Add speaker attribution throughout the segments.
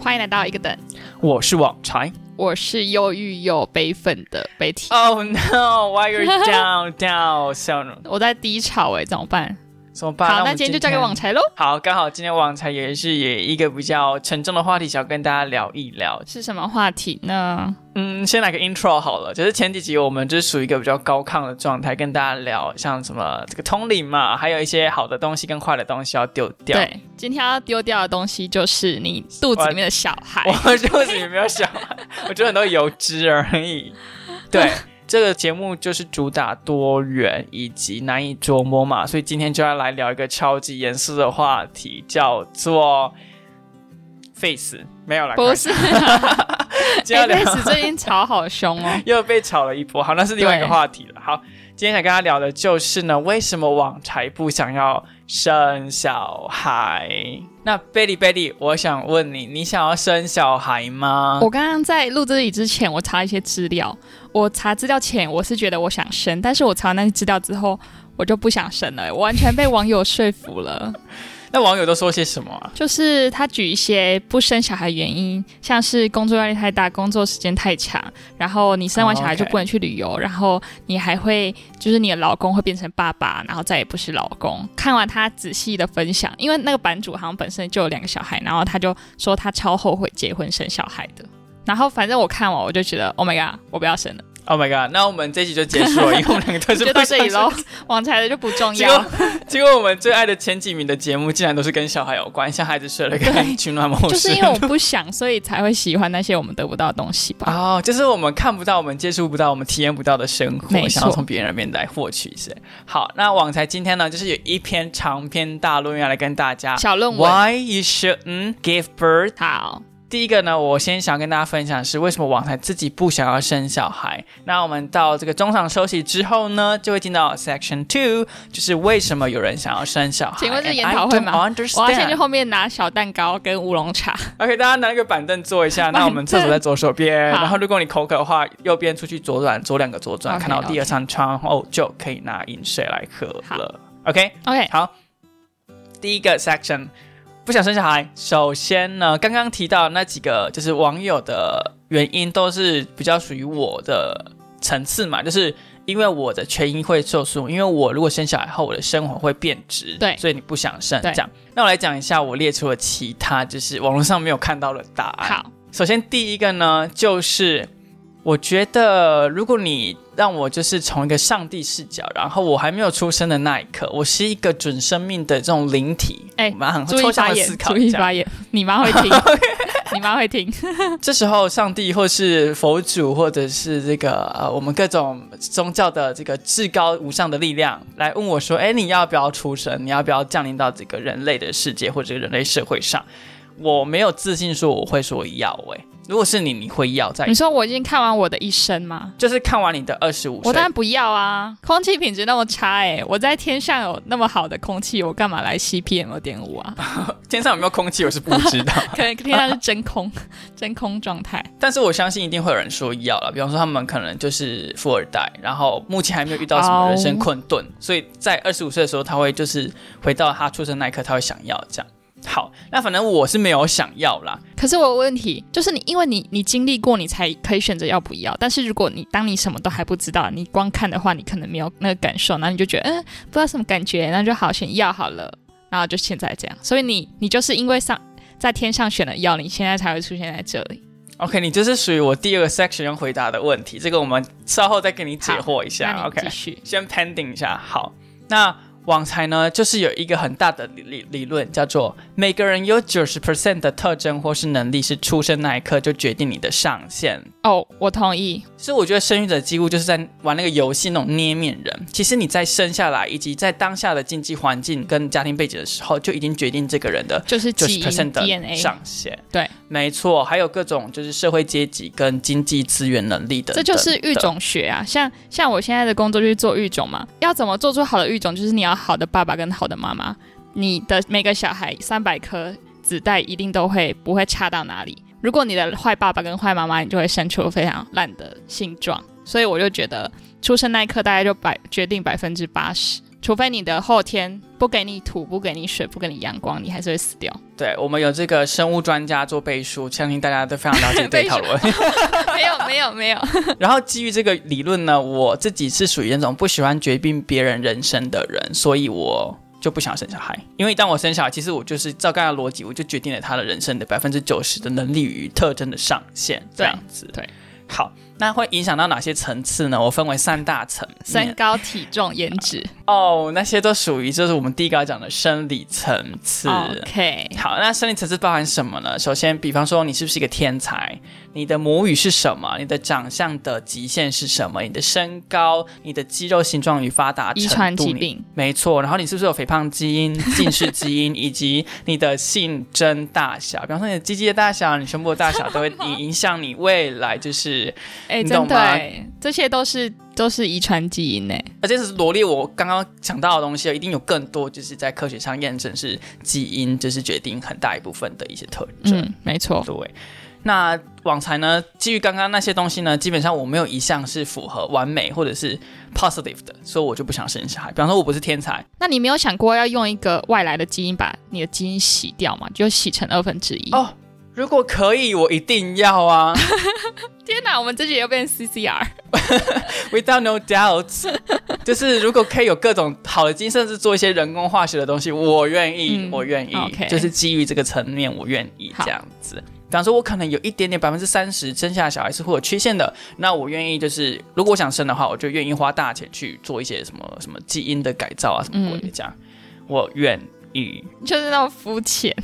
Speaker 1: 欢迎来到一个等，
Speaker 2: 我是网柴。
Speaker 1: 我是又郁又悲愤的 Betty，、
Speaker 2: Oh no! Why you're down down？笑容
Speaker 1: 我在低潮哎、怎么办？
Speaker 2: 怎么办？
Speaker 1: 好，
Speaker 2: 我
Speaker 1: 那
Speaker 2: 们
Speaker 1: 今天就交给网。柴喽。
Speaker 2: 好，刚好今天网才也是也一个比较沉重的话题，想跟大家聊一聊。
Speaker 1: 是什么话题呢？
Speaker 2: 嗯，先来个 intro 好了。就是前几集我们就是属于一个比较高亢的状态，跟大家聊像什么这个通灵嘛，还有一些好的东西跟坏的东西要丢掉。
Speaker 1: 对，今天要丢掉的东西就是你肚子里面的小孩。
Speaker 2: 我就是你没有想，我觉得很多油脂而 已。对，这个节目就是主打多元以及难以捉摸嘛，所以今天就要来聊一个超级严肃的话题，叫做 face。没有啦，
Speaker 1: 不是，
Speaker 2: 今天
Speaker 1: 哎
Speaker 2: 要聊
Speaker 1: ，Grace 最近吵好凶哦。
Speaker 2: 又被炒了一波。好，那是另外一个
Speaker 1: 对
Speaker 2: 话题了。好，今天想跟大家聊的就是呢，为什么网才不想要生小孩？那 Betty Betty，我想问你，你想要生小孩吗？
Speaker 1: 我刚刚在录这里之前，我查一些资料。我查资料前，我是觉得我想生，但是我查完那些资料之后，我就不想生了，我完全被网友说服了。
Speaker 2: 那网友都说些什么啊？
Speaker 1: 就是他举一些不生小孩的原因，像是工作压力太大、工作时间太长，然后你生完小
Speaker 2: 哦
Speaker 1: 孩
Speaker 2: ，OK
Speaker 1: 就不能去旅游，然后你还会就是你的老公会变成爸爸，然后再也不是老公。看完他仔细的分享，因为那个版主好像本身就有两个小孩，然后他就说他超后悔结婚生小孩的。 然后反正我看完我就觉得，Oh my god，我不要生了，
Speaker 2: Oh my god！那我们这一集就结束 了，因为我们两个都是
Speaker 1: 就
Speaker 2: 不
Speaker 1: 到这里喽
Speaker 2: 相信。。
Speaker 1: 网才的就不重
Speaker 2: 结
Speaker 1: 要
Speaker 2: 果。，结果我们最爱的前几名的节目，竟然都是跟小孩有关，像孩子睡了
Speaker 1: 对
Speaker 2: 跟取暖模式。
Speaker 1: 就是因为我不想，所以才会喜欢那些我们得不到的东西吧。
Speaker 2: 哦，就是我们看不到、我们接触不到、我们体验不到的生
Speaker 1: 没
Speaker 2: 活，
Speaker 1: 错
Speaker 2: 想要从别人那边来获取一些。好，那网才今天呢，就是有一篇长篇大论要来跟大家。
Speaker 1: 小论文
Speaker 2: Why you shouldn't give birth？
Speaker 1: 好，
Speaker 2: 第一个呢，我先想跟大家分享是为什么网台自己不想要生小孩。那我们到这个中场休息之后呢，就会进到 section two，就是为什么有人想要生小孩。哎
Speaker 1: 请问是
Speaker 2: And
Speaker 1: 研讨会吗
Speaker 2: I don't
Speaker 1: 我要先去
Speaker 2: understand。
Speaker 1: 后面拿小蛋糕跟乌龙茶。
Speaker 2: OK，大家拿一个板凳坐一下。
Speaker 1: 板凳
Speaker 2: 那我们厕所在左手边，
Speaker 1: 好
Speaker 2: 然后如果你口渴的话，右边出去左转，左两个左转
Speaker 1: OK，
Speaker 2: 看到第二扇窗后就可以拿饮水来喝了。OK，
Speaker 1: OK，
Speaker 2: 好，第一个 section 不想生小孩。首先呢，刚刚提到的那几个就是网友的原因，都是比较属于我的层次嘛，就是因为我的权益会受损，因为我如果生小孩后，我的生活会变质，
Speaker 1: 对
Speaker 2: 所以你不想生这
Speaker 1: 对
Speaker 2: 样。那我来讲一下，我列出了其他就是网络上没有看到的答案。
Speaker 1: 好，
Speaker 2: 首先第一个呢，就是我觉得，如果你让我就是从一个上帝视角，然后我还没有出生的那一刻，我是一个准生命的这种灵体，
Speaker 1: 哎
Speaker 2: 蛮很
Speaker 1: 注
Speaker 2: 抽
Speaker 1: 意
Speaker 2: 象
Speaker 1: 发
Speaker 2: 的
Speaker 1: 言
Speaker 2: 思，考
Speaker 1: 注
Speaker 2: 一
Speaker 1: 意
Speaker 2: 下。
Speaker 1: 发言，你妈会 听，你妈会 听。
Speaker 2: 这时候，上帝或是佛祖，或者是这个呃，我们各种宗教的这个至高无上的力量，来问我说：“哎，你要不要出生？你要不要降临到这个人类的世界或者这个人类社会上？”我没有自信说我会说要哎、如果是你，你 会要在
Speaker 1: 你说我已经看完我的一生吗？
Speaker 2: 就是看完你的二十五
Speaker 1: 我
Speaker 2: 岁
Speaker 1: 当然不要啊！空气品质那么差、欸，我在天上有那么好的空气，我干嘛来吸 PM 二点五啊？
Speaker 2: 天上有没有空气，我是不知道。
Speaker 1: 可能天上是真空，真空状态。
Speaker 2: 但是我相信一定会有人说要了，比方说他们可能就是富二代，然后目前还没有遇到什么人生困顿所以在二十五岁的时候，他会就是回到他出生那一刻，他会想要这样。好，那反正我是没有想要啦，
Speaker 1: 可是我有问题，就是你，因为你你经历过，你才可以选择要不要。但是如果你当你什么都还不知道，你光看的话，你可能没有那个感受，然后你就觉得嗯，不知道什么感觉，那就好选要好了，然后就现在这样。所以你你就是因为上在天上选了要，你现在才会出现在这里。
Speaker 2: OK，你这是属于我第二个 section 要回答的问题，这个我们稍后再跟你解惑一下。
Speaker 1: 那你
Speaker 2: OK，
Speaker 1: 继续。
Speaker 2: 先 pending 一下。好，那网才呢，就是有一个很大的理理理论，叫做每个人有九十 percent 的特征或是能力是出生那一刻就决定你的上限。
Speaker 1: 哦，我同意。
Speaker 2: 所以我觉得生育者几乎就是在玩那个游戏那种捏面人。其实你在生下来以及在当下的经济环境跟家庭背景的时候，就已经决定这个人的
Speaker 1: 就是
Speaker 2: 九
Speaker 1: 基
Speaker 2: 十
Speaker 1: 因
Speaker 2: percent 的
Speaker 1: DNA，
Speaker 2: 上限。
Speaker 1: 对，
Speaker 2: 没错，还有各种就是社会阶级跟经济资源能力的，
Speaker 1: 这就是育种学啊。像像我现在的工作就是做育种嘛，要怎么做出好的育种，就是你要好的爸爸跟好的妈妈，你的每个小孩三百颗子代一定都会不会差到哪里。如果你的坏爸爸跟坏妈妈，你就会生出非常烂的性状。所以我就觉得出生那一刻大概就百决定百分之八十，除非你的后天不给你土，不给你水，不给你阳光，你还是会 死掉。
Speaker 2: 对我们有这个生物专家做背书，相信大家都非常了解 这
Speaker 1: 背
Speaker 2: 一套
Speaker 1: 书
Speaker 2: 逻辑。
Speaker 1: 没有，没有， 没有。
Speaker 2: 然后基于这个理论呢，我自己是属于那种不喜欢决定别人人生的人，所以我就不想生小孩。因为当我生小孩，其实我就是照刚才的逻辑，我就决定了他的人生的百分之九十的能力与特征的上限，这样子。
Speaker 1: 对
Speaker 2: 好，那会影响到哪些层次呢？我分为三大层面
Speaker 1: 身高、体重、颜值。
Speaker 2: 哦，那些都属于就是我们第一个要讲的生理层次。
Speaker 1: 哦 OK，
Speaker 2: 好，那生理层次包含什么呢？首先，比方说你是不是一个天才，你的母语是什么，你的长相的极限是什么，你的身高、你的肌肉形状与发达程度，
Speaker 1: 遗传疾
Speaker 2: 你
Speaker 1: 病。
Speaker 2: 没错，然后你是不是有肥胖基因、近视基因，以及你的性征大小？比方说你的鸡鸡的大小、你胸部的大小，都会 影影响你未来就是
Speaker 1: 哎、
Speaker 2: 你
Speaker 1: 真
Speaker 2: 懂
Speaker 1: 的
Speaker 2: 吗
Speaker 1: 欸，这些都是都是遗传基因呢。
Speaker 2: 而且是罗列我刚刚讲到的东西，一定有更多就是在科学上验证是基因，就是决定很大一部分的一些特征。
Speaker 1: 嗯，没错。
Speaker 2: 对，那网才呢，基于刚刚那些东西呢，基本上我没有一项是符合完美或者是 positive 的，所以我就不想生小孩。比方说，我不是天才，
Speaker 1: 那你没有想过要用一个外来的基因把你的基因洗掉吗？就洗成二分之一。
Speaker 2: 哦如果可以，我一定要啊
Speaker 1: 天哪，我们自己又变 CCR。
Speaker 2: ，without no doubt，就是如果可以有各种好的基因，甚至做一些人工化学的东西，我愿意，
Speaker 1: 嗯
Speaker 2: 我愿意
Speaker 1: OK
Speaker 2: 就是基于这个层面，我愿意
Speaker 1: 好
Speaker 2: 这样子。比方说，我可能有一点点百分之三十生下的小孩是会有缺陷的，那我愿意就是，如果我想生的话，我就愿意花大钱去做一些什么什么基因的改造啊，什么鬼的这样，
Speaker 1: 嗯
Speaker 2: 我愿 意，
Speaker 1: 就是那种肤浅。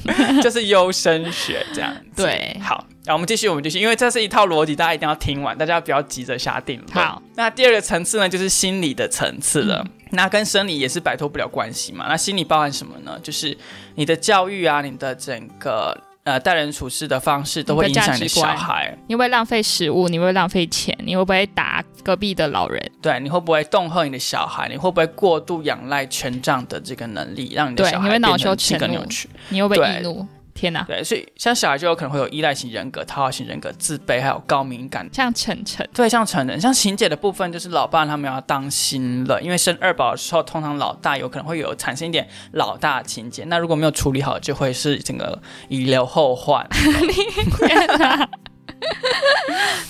Speaker 2: 就是优生学这样子。
Speaker 1: 对
Speaker 2: 好，那我们继续，我们继续，因为这是一套逻辑，大家一定要听完，大家不要急着下定论。
Speaker 1: 好，
Speaker 2: 那第二个层次呢，就是心理的层次了。
Speaker 1: 嗯
Speaker 2: 那跟生理也是摆脱不了关系嘛。那心理包含什么呢？就是你的教育啊，你的整个呃待人处事的方式都会影响你的小
Speaker 1: 你的价值
Speaker 2: 孩。
Speaker 1: 你会不会浪费食物？你会不会浪费钱？你会不会打隔壁的老人？
Speaker 2: 对，你会不会恫吓你的小孩？你会不会过度仰赖权杖的这个能力，让你的
Speaker 1: 对
Speaker 2: 小
Speaker 1: 你
Speaker 2: 孩
Speaker 1: 会恼
Speaker 2: 变
Speaker 1: 羞
Speaker 2: 成性格
Speaker 1: 成怒
Speaker 2: 扭曲？
Speaker 1: 你会不会
Speaker 2: 对
Speaker 1: 易怒？天哪，
Speaker 2: 对，所以像小孩就有可能会有依赖型人格、讨好型人格、自卑，还有高敏感
Speaker 1: 像晨 晨，
Speaker 2: 对，像成人，像晴姐的部分，就是老爸他们要当心了，因为生二宝的时候，通常老大有可能会有产生一点老大情节，那如果没有处理好，就会是整个遗留后患。
Speaker 1: 天 哪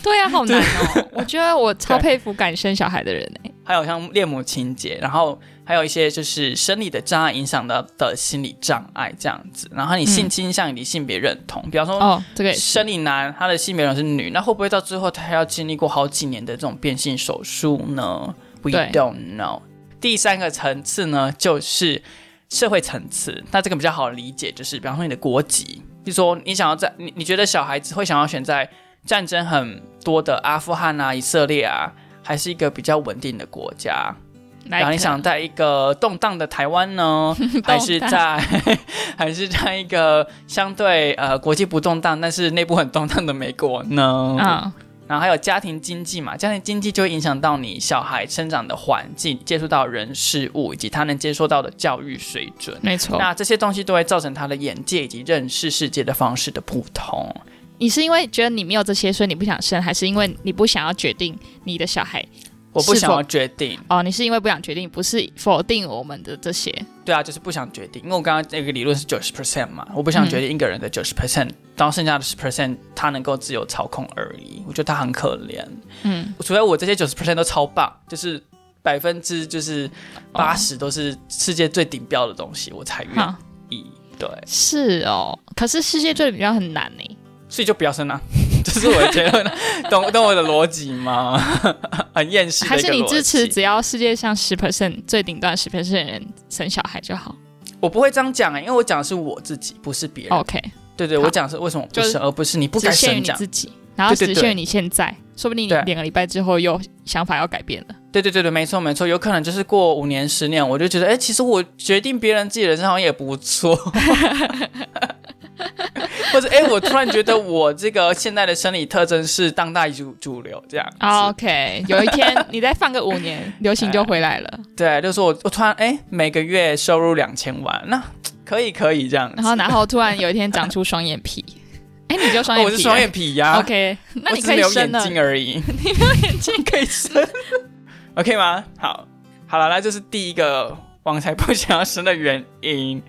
Speaker 1: 对呀、好难哦！我觉得我超佩服敢生小孩的人哎、
Speaker 2: 还有像恋母情节，然后还有一些就是生理的障碍影响到的心理障碍这样子，然后你性倾向、你的性别认同，比方说
Speaker 1: 哦，这个也是
Speaker 2: 生理男，他的性别认同是女，那会不会到最后他要经历过好几年的这种变性手术呢？We
Speaker 1: 对
Speaker 2: don't know。第三个层次呢，就是社会层次。那这个比较好理解，就是比方说你的国籍，就说你想要在你你觉得小孩子会想要选在战争很多的阿富汗啊、以色列啊，还是一个比较稳定的国家？然后
Speaker 1: 来
Speaker 2: 你想在一个动荡的台湾 呢，还是在 还是在一个相对呃国际不动荡，但是内部很动荡的美国呢？
Speaker 1: 啊、
Speaker 2: 然后还有家庭经济嘛，家庭经济就会影响到你小孩生长的环境、接触到人事物以及他能接受到的教育水准。
Speaker 1: 没错。
Speaker 2: 那这些东西都会造成他的眼界以及认识世界的方式的不同。
Speaker 1: 你是因为觉得你没有这些，所以你不想生，还是因为你不想要决定你的小孩？
Speaker 2: 我不
Speaker 1: 是
Speaker 2: 想
Speaker 1: 否
Speaker 2: 要决定，
Speaker 1: 哦，你是因为不想决定，不是否定我们的这些。
Speaker 2: 对啊，就是不想决定，因为我刚刚那个理论是九十 percent 嘛，我不
Speaker 1: 嗯
Speaker 2: 想决定一个人的九十 percent，然后剩下的十 percent 他能够自由操控而已。我觉得他很可怜，
Speaker 1: 嗯，
Speaker 2: 除非我这些九十 percent 都超棒，就是百分之就是
Speaker 1: 哦
Speaker 2: 八十都是世界最顶标的东西，我才愿
Speaker 1: 哈，
Speaker 2: 意。对，
Speaker 1: 嗯是哦。可是世界最比较很难欸呢。
Speaker 2: 所以就不要生啊， 这是我的结论啊，懂懂我的逻辑吗？ 很厌世的
Speaker 1: 还
Speaker 2: 一个
Speaker 1: 是
Speaker 2: 逻辑。
Speaker 1: 你支持只要世界上十 percent 最顶端十 percent 的人生小孩就好
Speaker 2: 我不会这样讲啊、因为我讲的是我自己，不是别人。
Speaker 1: ？OK，
Speaker 2: 对对，
Speaker 1: 哦好
Speaker 2: 我讲的是为什么不
Speaker 1: 就是
Speaker 2: 生，而不是你不
Speaker 1: 只
Speaker 2: 该
Speaker 1: 限于
Speaker 2: 生
Speaker 1: 你
Speaker 2: 这样。
Speaker 1: 自己，然后只
Speaker 2: 对对
Speaker 1: 限于
Speaker 2: 对
Speaker 1: 你现在，说不定你
Speaker 2: 对
Speaker 1: 两个礼拜之后又想法要改变了。
Speaker 2: 对对对对，没错没错，有可能就是过五年十年，我就觉得，哎，其实我决定别人自己的人生好像也不错， 或者哎，我突然觉得我这个现在的生理特征是当代主主流这样子，
Speaker 1: 哦 OK，有一天你再放个五 年，流行
Speaker 2: 哎
Speaker 1: 就回来了，
Speaker 2: 对，就是我我突然哎每个月收入两千万，那可以可以这样子，
Speaker 1: 然后然后突然有一天长出双眼皮，哎，你就双
Speaker 2: 哦
Speaker 1: 眼
Speaker 2: 我
Speaker 1: 皮，啊
Speaker 2: 是双眼皮呀、
Speaker 1: OK，那
Speaker 2: 我
Speaker 1: 你
Speaker 2: 只
Speaker 1: 可
Speaker 2: 是
Speaker 1: 以
Speaker 2: 没有
Speaker 1: 生
Speaker 2: 眼
Speaker 1: 了，
Speaker 2: 睛而已
Speaker 1: 眼睛可以生，
Speaker 2: ，OK 吗？好，好了，那这是第一个王才不想要生的原因。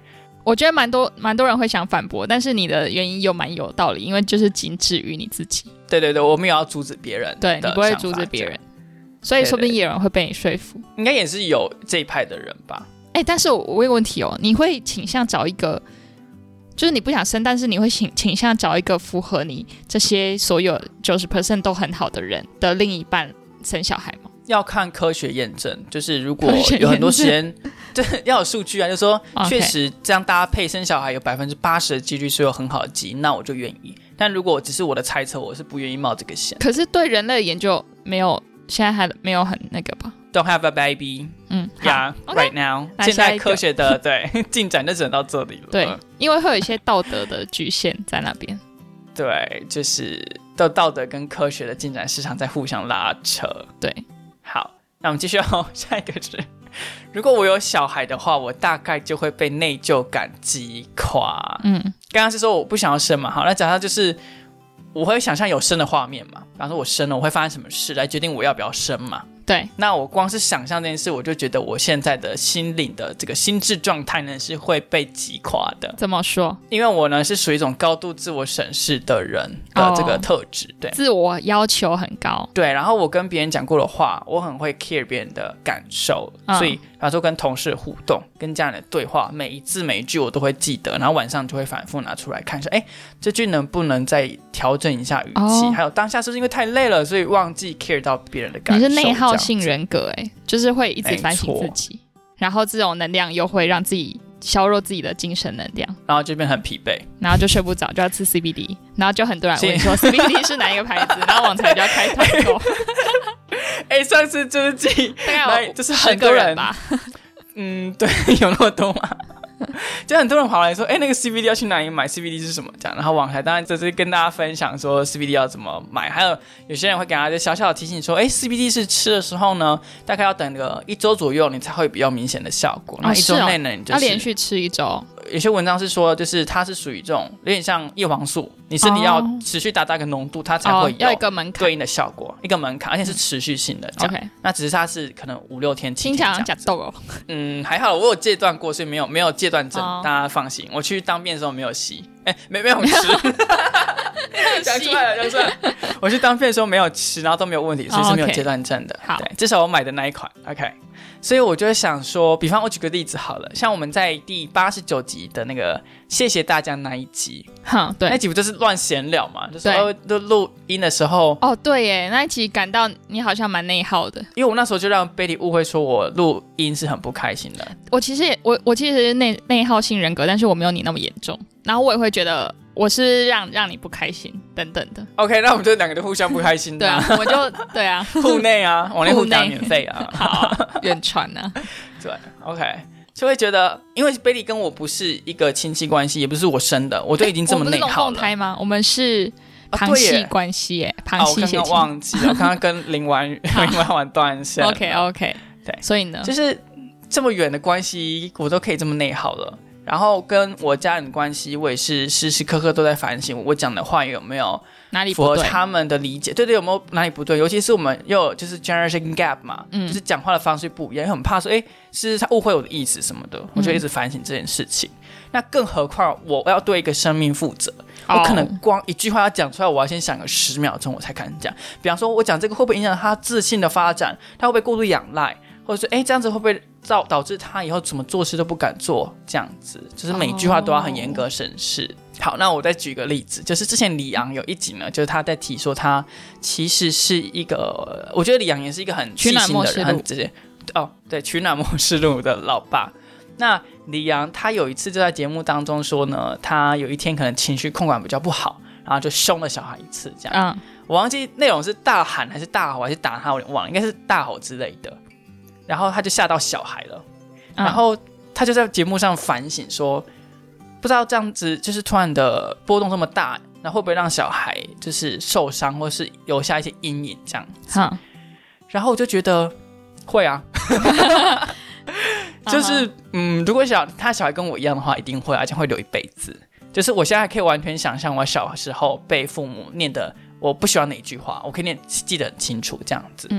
Speaker 1: 我觉得蛮多蛮多人会想反驳，但是你的原因又蛮有道理，因为就是仅止于你自己，
Speaker 2: 对对对，我们也要阻止别人，
Speaker 1: 对你不会阻止别人，，所以说不定也有人会被你说服。
Speaker 2: 应该也是有这一派的人吧？
Speaker 1: 哎、但是我我有个问题哦，你会倾向找一个，就是你不想生，但是你会倾倾向找一个符合你这些所有九十 percent 都很好的人的另一半生小孩吗？
Speaker 2: 要看科学验证，就是如果
Speaker 1: 科学验证
Speaker 2: 有很多时间， 对，要有数据啊，就说
Speaker 1: OK
Speaker 2: 确实这样搭配生小孩有百分之八十的几率是有很好的基因，那我就愿意。但如果只是我的猜测，我是不愿意冒这个险。
Speaker 1: 可是对人类的研究没有，现在还没有很那个吧？
Speaker 2: Don't have a baby,
Speaker 1: 嗯，好
Speaker 2: yeah,
Speaker 1: OK
Speaker 2: right now。
Speaker 1: 那
Speaker 2: 现
Speaker 1: 下
Speaker 2: 在
Speaker 1: 一个
Speaker 2: 科学的对 进展就只能到这里了。
Speaker 1: 对，因为会有一些道德的局限在那边。
Speaker 2: 对，就是道道德跟科学的进展市场在互相拉扯。
Speaker 1: 对，
Speaker 2: 好，那我们继续哦。 下一个是，如果我有小孩的话，我大概就会被内疚感击垮。
Speaker 1: 嗯，
Speaker 2: 刚刚是说我不想要生嘛，好，那假设就是我会想象有生的画面嘛，比方说我生了，我会发生什么事来决定我要不要生嘛。
Speaker 1: 对，
Speaker 2: 那我光是想象这件事，我就觉得我现在的心灵的这个心智状态呢是会被击垮的，
Speaker 1: 怎么说？
Speaker 2: 因为我呢是属于一种高度自我审视的人的这个
Speaker 1: 哦
Speaker 2: 特质对。
Speaker 1: 自我要求很高。
Speaker 2: 对，然后我跟别人讲过的话，我很会 care 别人的感受，
Speaker 1: 嗯
Speaker 2: 所以比方说跟同事互动、跟家人的对话，每一字每一句我都会记得，然后晚上就会反复拿出来看，说，哎，这句能不能再调整一下语气？
Speaker 1: 哦
Speaker 2: 还有当下是不是因为太累了，所以忘记 care 到别人的感
Speaker 1: 你
Speaker 2: 受？
Speaker 1: 是内耗
Speaker 2: 这样
Speaker 1: 性
Speaker 2: 子，
Speaker 1: 人格、哎，就是会一直
Speaker 2: 没
Speaker 1: 反省
Speaker 2: 错
Speaker 1: 自己，然后这种能量又会让自己削弱自己的精神能量，
Speaker 2: 然后就变得很疲 惫。
Speaker 1: 然后就睡不着，就要吃 CBD，然后就很多人问说 CBD 是哪一个牌 子，然后网才就要开团购，
Speaker 2: 哎，上次就是自 己，
Speaker 1: 大概
Speaker 2: 那
Speaker 1: 有
Speaker 2: 就是
Speaker 1: 10
Speaker 2: 很多
Speaker 1: 个
Speaker 2: 人
Speaker 1: 人吧，
Speaker 2: 嗯，对，有那么多吗？ 就很多人跑来说，哎、那个 CBD 要去哪里买？CBD 是什么？这样，然后网台当然就是跟大家分享说 CBD 要怎么买，还有有些人会给大家小小的提醒说，哎、c b d 是吃的时候呢，大概要等个一周左右，你才会比较明显的效果。那一周
Speaker 1: 是哦
Speaker 2: 内呢，你就
Speaker 1: 要
Speaker 2: 是
Speaker 1: 连续吃一周，
Speaker 2: 有些文章是说，就是它是属于这种有点像叶黄素，你身体要
Speaker 1: 哦
Speaker 2: 持续达到一个浓度，它才
Speaker 1: 哦
Speaker 2: 会，
Speaker 1: 要一
Speaker 2: 有
Speaker 1: 个门槛
Speaker 2: 对应的效果，一个门槛，而且是持续性的。这样，
Speaker 1: ，OK，
Speaker 2: 那只是它是可能五六天、七
Speaker 1: 听
Speaker 2: 天
Speaker 1: 起来好
Speaker 2: 这
Speaker 1: 像
Speaker 2: 样
Speaker 1: 假
Speaker 2: 子。
Speaker 1: 斗哦，
Speaker 2: 嗯，还好我有戒断过，所以没有没有戒断症，
Speaker 1: 哦
Speaker 2: 大家放心。我去当兵的时候没有吸，哎、没没有吃， 讲出来了，讲出来了。我去当兵的时候没有吃，然后都没有问题，所以是没有
Speaker 1: 哦 OK
Speaker 2: 戒断症的。
Speaker 1: 好
Speaker 2: 对，至少我买的那一款，OK。所以我就会想说，比方我举个例子好了，像我们在第八十九集的那个谢谢大家那一集，
Speaker 1: 哼，
Speaker 2: 那
Speaker 1: 对。
Speaker 2: 集不就是乱闲聊嘛？就是
Speaker 1: 对
Speaker 2: 哦，录录音的时候，
Speaker 1: 哦，对耶，那一集感到你好像蛮内耗的。
Speaker 2: 因为我那时候就让 Betty 误会说我录音是很不开心的，
Speaker 1: 我其实也我我其实是内内耗性人格，但是我没有你那么严重。然后我也会觉得我是让让你不开心等等的。
Speaker 2: OK，那我们就两个就互相不开心的
Speaker 1: 对啊， 我就对啊，
Speaker 2: 户内啊，网恋互打
Speaker 1: 户内
Speaker 2: 免费啊，
Speaker 1: 好啊，远传啊，
Speaker 2: 对，OK，就会觉得，因为贝利跟我不是一个亲戚关系，也不是我生的，我就已经这
Speaker 1: 哎
Speaker 2: 么
Speaker 1: 我们不
Speaker 2: 内
Speaker 1: 是龙
Speaker 2: 耗
Speaker 1: 凤
Speaker 2: 了。
Speaker 1: 胎吗？我们是
Speaker 2: 啊
Speaker 1: 旁
Speaker 2: 对
Speaker 1: 系
Speaker 2: 耶
Speaker 1: 关系耶，旁
Speaker 2: 啊，我
Speaker 1: 系
Speaker 2: 刚
Speaker 1: 血
Speaker 2: 刚
Speaker 1: 亲。
Speaker 2: 忘记了，我刚刚跟 林婉林婉婉断线了。
Speaker 1: OK OK，
Speaker 2: 对
Speaker 1: 所以呢，
Speaker 2: 就是这么远的关系，我都可以这么内耗了。然后跟我家人的关系，我也是时时刻刻都在反省，我讲的话有没有
Speaker 1: 哪里
Speaker 2: 符
Speaker 1: 不
Speaker 2: 合
Speaker 1: 对？
Speaker 2: 他们的理解，对对，有没有哪里不对？尤其是我们又有就是 generation gap 嘛，
Speaker 1: 嗯
Speaker 2: 就是讲话的方式不一样，很怕说，哎，是他误会我的意思什么的，我
Speaker 1: 嗯
Speaker 2: 就一直反省这件事情。那更何况我要对一个生命负责，我可能
Speaker 1: 哦
Speaker 2: 光一句话要讲出来，我要先想个十秒钟，我才敢讲。比方说，我讲这个会不会影响他自信的发展？他会不会过度仰赖？或者是，哎，这样子会不会导导致他以后怎么做事都不敢做？这样子，就是每一句话都要很严格审视。哦好，那我再举个例子，就是之前李昂有一集呢，就是他在提说他其实是一个，我觉得李昂也是一个很
Speaker 1: 取
Speaker 2: 细
Speaker 1: 暖
Speaker 2: 心
Speaker 1: 默
Speaker 2: 的
Speaker 1: 示
Speaker 2: 人，
Speaker 1: 录
Speaker 2: 很直接。哦，对，取暖模式录的老爸。那李阳他有一次就在节目当中说呢，他有一天可能情绪控管比较不好，然后就凶了小孩一次，这样。
Speaker 1: 嗯，
Speaker 2: 我忘记内容是大喊还是大吼还是打他，我有点忘了，应该是大吼之类的。然后他就吓到小孩了，
Speaker 1: 嗯
Speaker 2: 然后他就在节目上反省说，不知道这样子就是突然的波动这么大，那会不会让小孩就是受伤或是留下一些阴影这样？
Speaker 1: 好，
Speaker 2: 然后我就觉得 会啊，就是嗯，如果小他小孩跟我一样的话，一定会，而啊且会留一辈子。就是我现在可以完全想象我小时候被父母念的我不喜欢哪一句话，我可以念
Speaker 1: 嗯
Speaker 2: 记得很清楚这样子。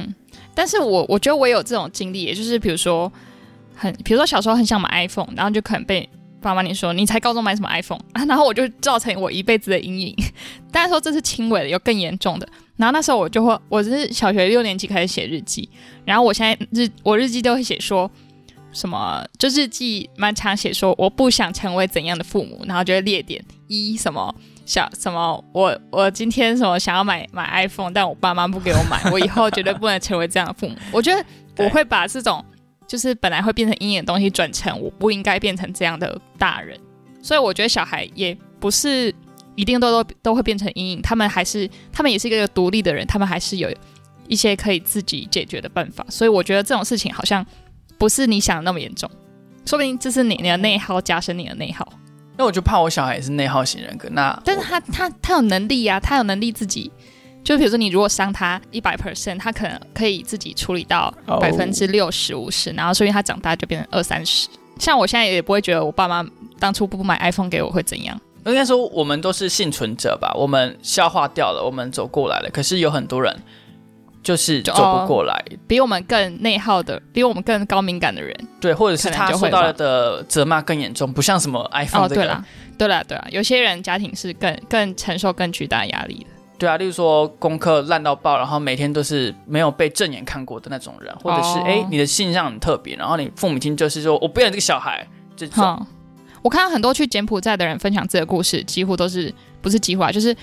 Speaker 1: 但是我我觉得我有这种经历，也就是比如说，很，比如说小时候很想买 iPhone，然后就可能被爸妈你说你才高中买什么 iPhone，、啊、 然后我就造成我一辈子的阴影。 大家说这是轻微的，有更严重的。然后那时候我就会，我是小学六年级开始写日记，然后我现在日我日记都会写说什么，就日记蛮常写说我不想成为怎样的父母，然后就会列点一什么。小什么？我我今天什么想要买买 iPhone，但我爸妈不给我买，我以后绝对不能成为这样的父母。我觉得我会把这种就是本来会变成阴影的东西，转成我不应该变成这样的大人。所以我觉得小孩也不是一定都都都会变成阴影，他们还是他们也是一个独立的人，他们还是有一些可以自己解决的办法。所以我觉得这种事情好像不是你想的那么严重，说不定这是你你的内耗加深你的内耗。
Speaker 2: 那我就怕我小孩也是内耗型人格。那
Speaker 1: 但是他他他有能力呀、他有能力自己，就比如说你如果伤他一百 percent，他可能可以自己处理到
Speaker 2: 哦
Speaker 1: 百分之六十五十，然后所以他长大就变成二三十。像我现在也不会觉得我爸妈当初不买 iPhone 给我会怎样，
Speaker 2: 我应该说我们都是幸存者吧，我们消化掉了，我们走过来了。可是有很多人就是
Speaker 1: 就
Speaker 2: 走
Speaker 1: 哦
Speaker 2: 不过来，
Speaker 1: 比我们更内耗的，比我们更高敏感的人。
Speaker 2: 对，或者是
Speaker 1: 可能
Speaker 2: 他
Speaker 1: 就
Speaker 2: 受
Speaker 1: 会
Speaker 2: 到
Speaker 1: 吧
Speaker 2: 的责骂更严重，不像什么 iPhone
Speaker 1: 哦，
Speaker 2: 这个
Speaker 1: 对啦，对啦，对啦，有些人家庭是更更承受更巨大压力的。
Speaker 2: 对啊，例如说功课烂到爆，然后每天都是没有被正眼看过的那种人，或者是
Speaker 1: 哦
Speaker 2: 哎、诶你的性向很特别，然后你父母亲就是说我不要你这个小孩这种，
Speaker 1: 哈、我看到很多去柬埔寨的人分享自己的故事，几乎都是不是几乎啊，就是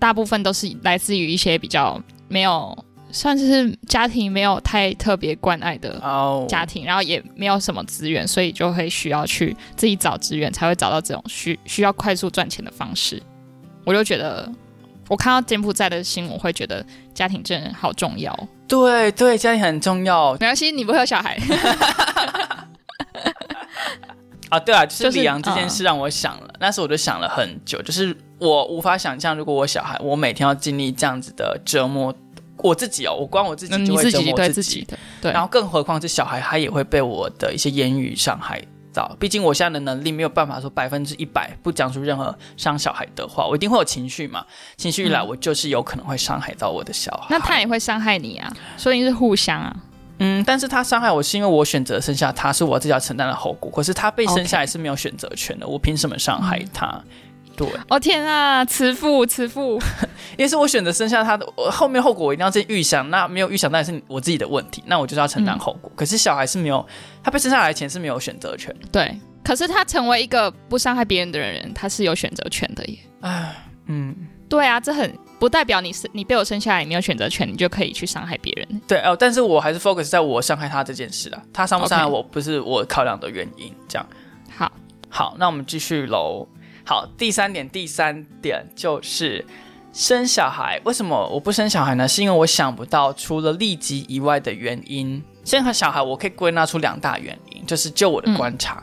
Speaker 1: 大部分都是来自于一些比较没有算是家庭没有太特别关爱的
Speaker 2: 哦，
Speaker 1: 家庭，然后也没有什么资源，所以就会需要去自己找资源，才会找到这种需需要快速赚钱的方式。我就觉得，我看到柬埔寨的新闻，我会觉得家庭真的好重要哦。
Speaker 2: 对对，家庭很重要
Speaker 1: 没关系，你不会有小孩，
Speaker 2: 啊。对啊，就是
Speaker 1: 就是嗯
Speaker 2: 李阳这件事让我想了，那时候我就想了很久，就是我无法想象，如果我小孩，我每天要经历这样子的折磨，我自己哦，我光我自己
Speaker 1: 嗯
Speaker 2: 就
Speaker 1: 你
Speaker 2: 会
Speaker 1: 自
Speaker 2: 折
Speaker 1: 己
Speaker 2: 磨
Speaker 1: 对
Speaker 2: 自
Speaker 1: 自
Speaker 2: 己
Speaker 1: 己的对，
Speaker 2: 然后更何况是小孩，他也会被我的一些言语伤害到。毕竟我现在的能力没有办法说百分之一百不讲出任何伤小孩的话，我一定会有情绪嘛。情绪一来，
Speaker 1: 嗯
Speaker 2: 我就是有可能会伤害到我的小孩。
Speaker 1: 那他也会伤害你啊，所以是互相啊。
Speaker 2: 嗯，但是他伤害我是因为我选择生下他，是我自己要承担的后果。可是他被生下来是没有选择权的，我凭什么伤害他？对，
Speaker 1: 哦天啊，慈父慈父，
Speaker 2: 也是我选择生下他的，我后面后果我一定要自己预想。那没有预想，当然是我自己的问题，那我就是要承担后果。可是小孩是没有，他被生下来前是没有选择权。
Speaker 1: 对。可是他成为一个不伤害别人的人，他是有选择权的耶。
Speaker 2: 嗯。
Speaker 1: 对啊，这很不代表你是你被我生下来，你没有选择权，你就可以去伤害别人。
Speaker 2: 对哦，但是我还是 focus 在我伤害他这件事啊，他伤不伤害
Speaker 1: OK
Speaker 2: 我不是我考量的原因。这样，
Speaker 1: 好，
Speaker 2: 好，那我们继续喽。好，第三点，第三点就是生小孩。为什么我不生小孩呢？是因为我想不到除了利己以外的原因。生小孩我可以归纳出两大原因，就是就我的观察。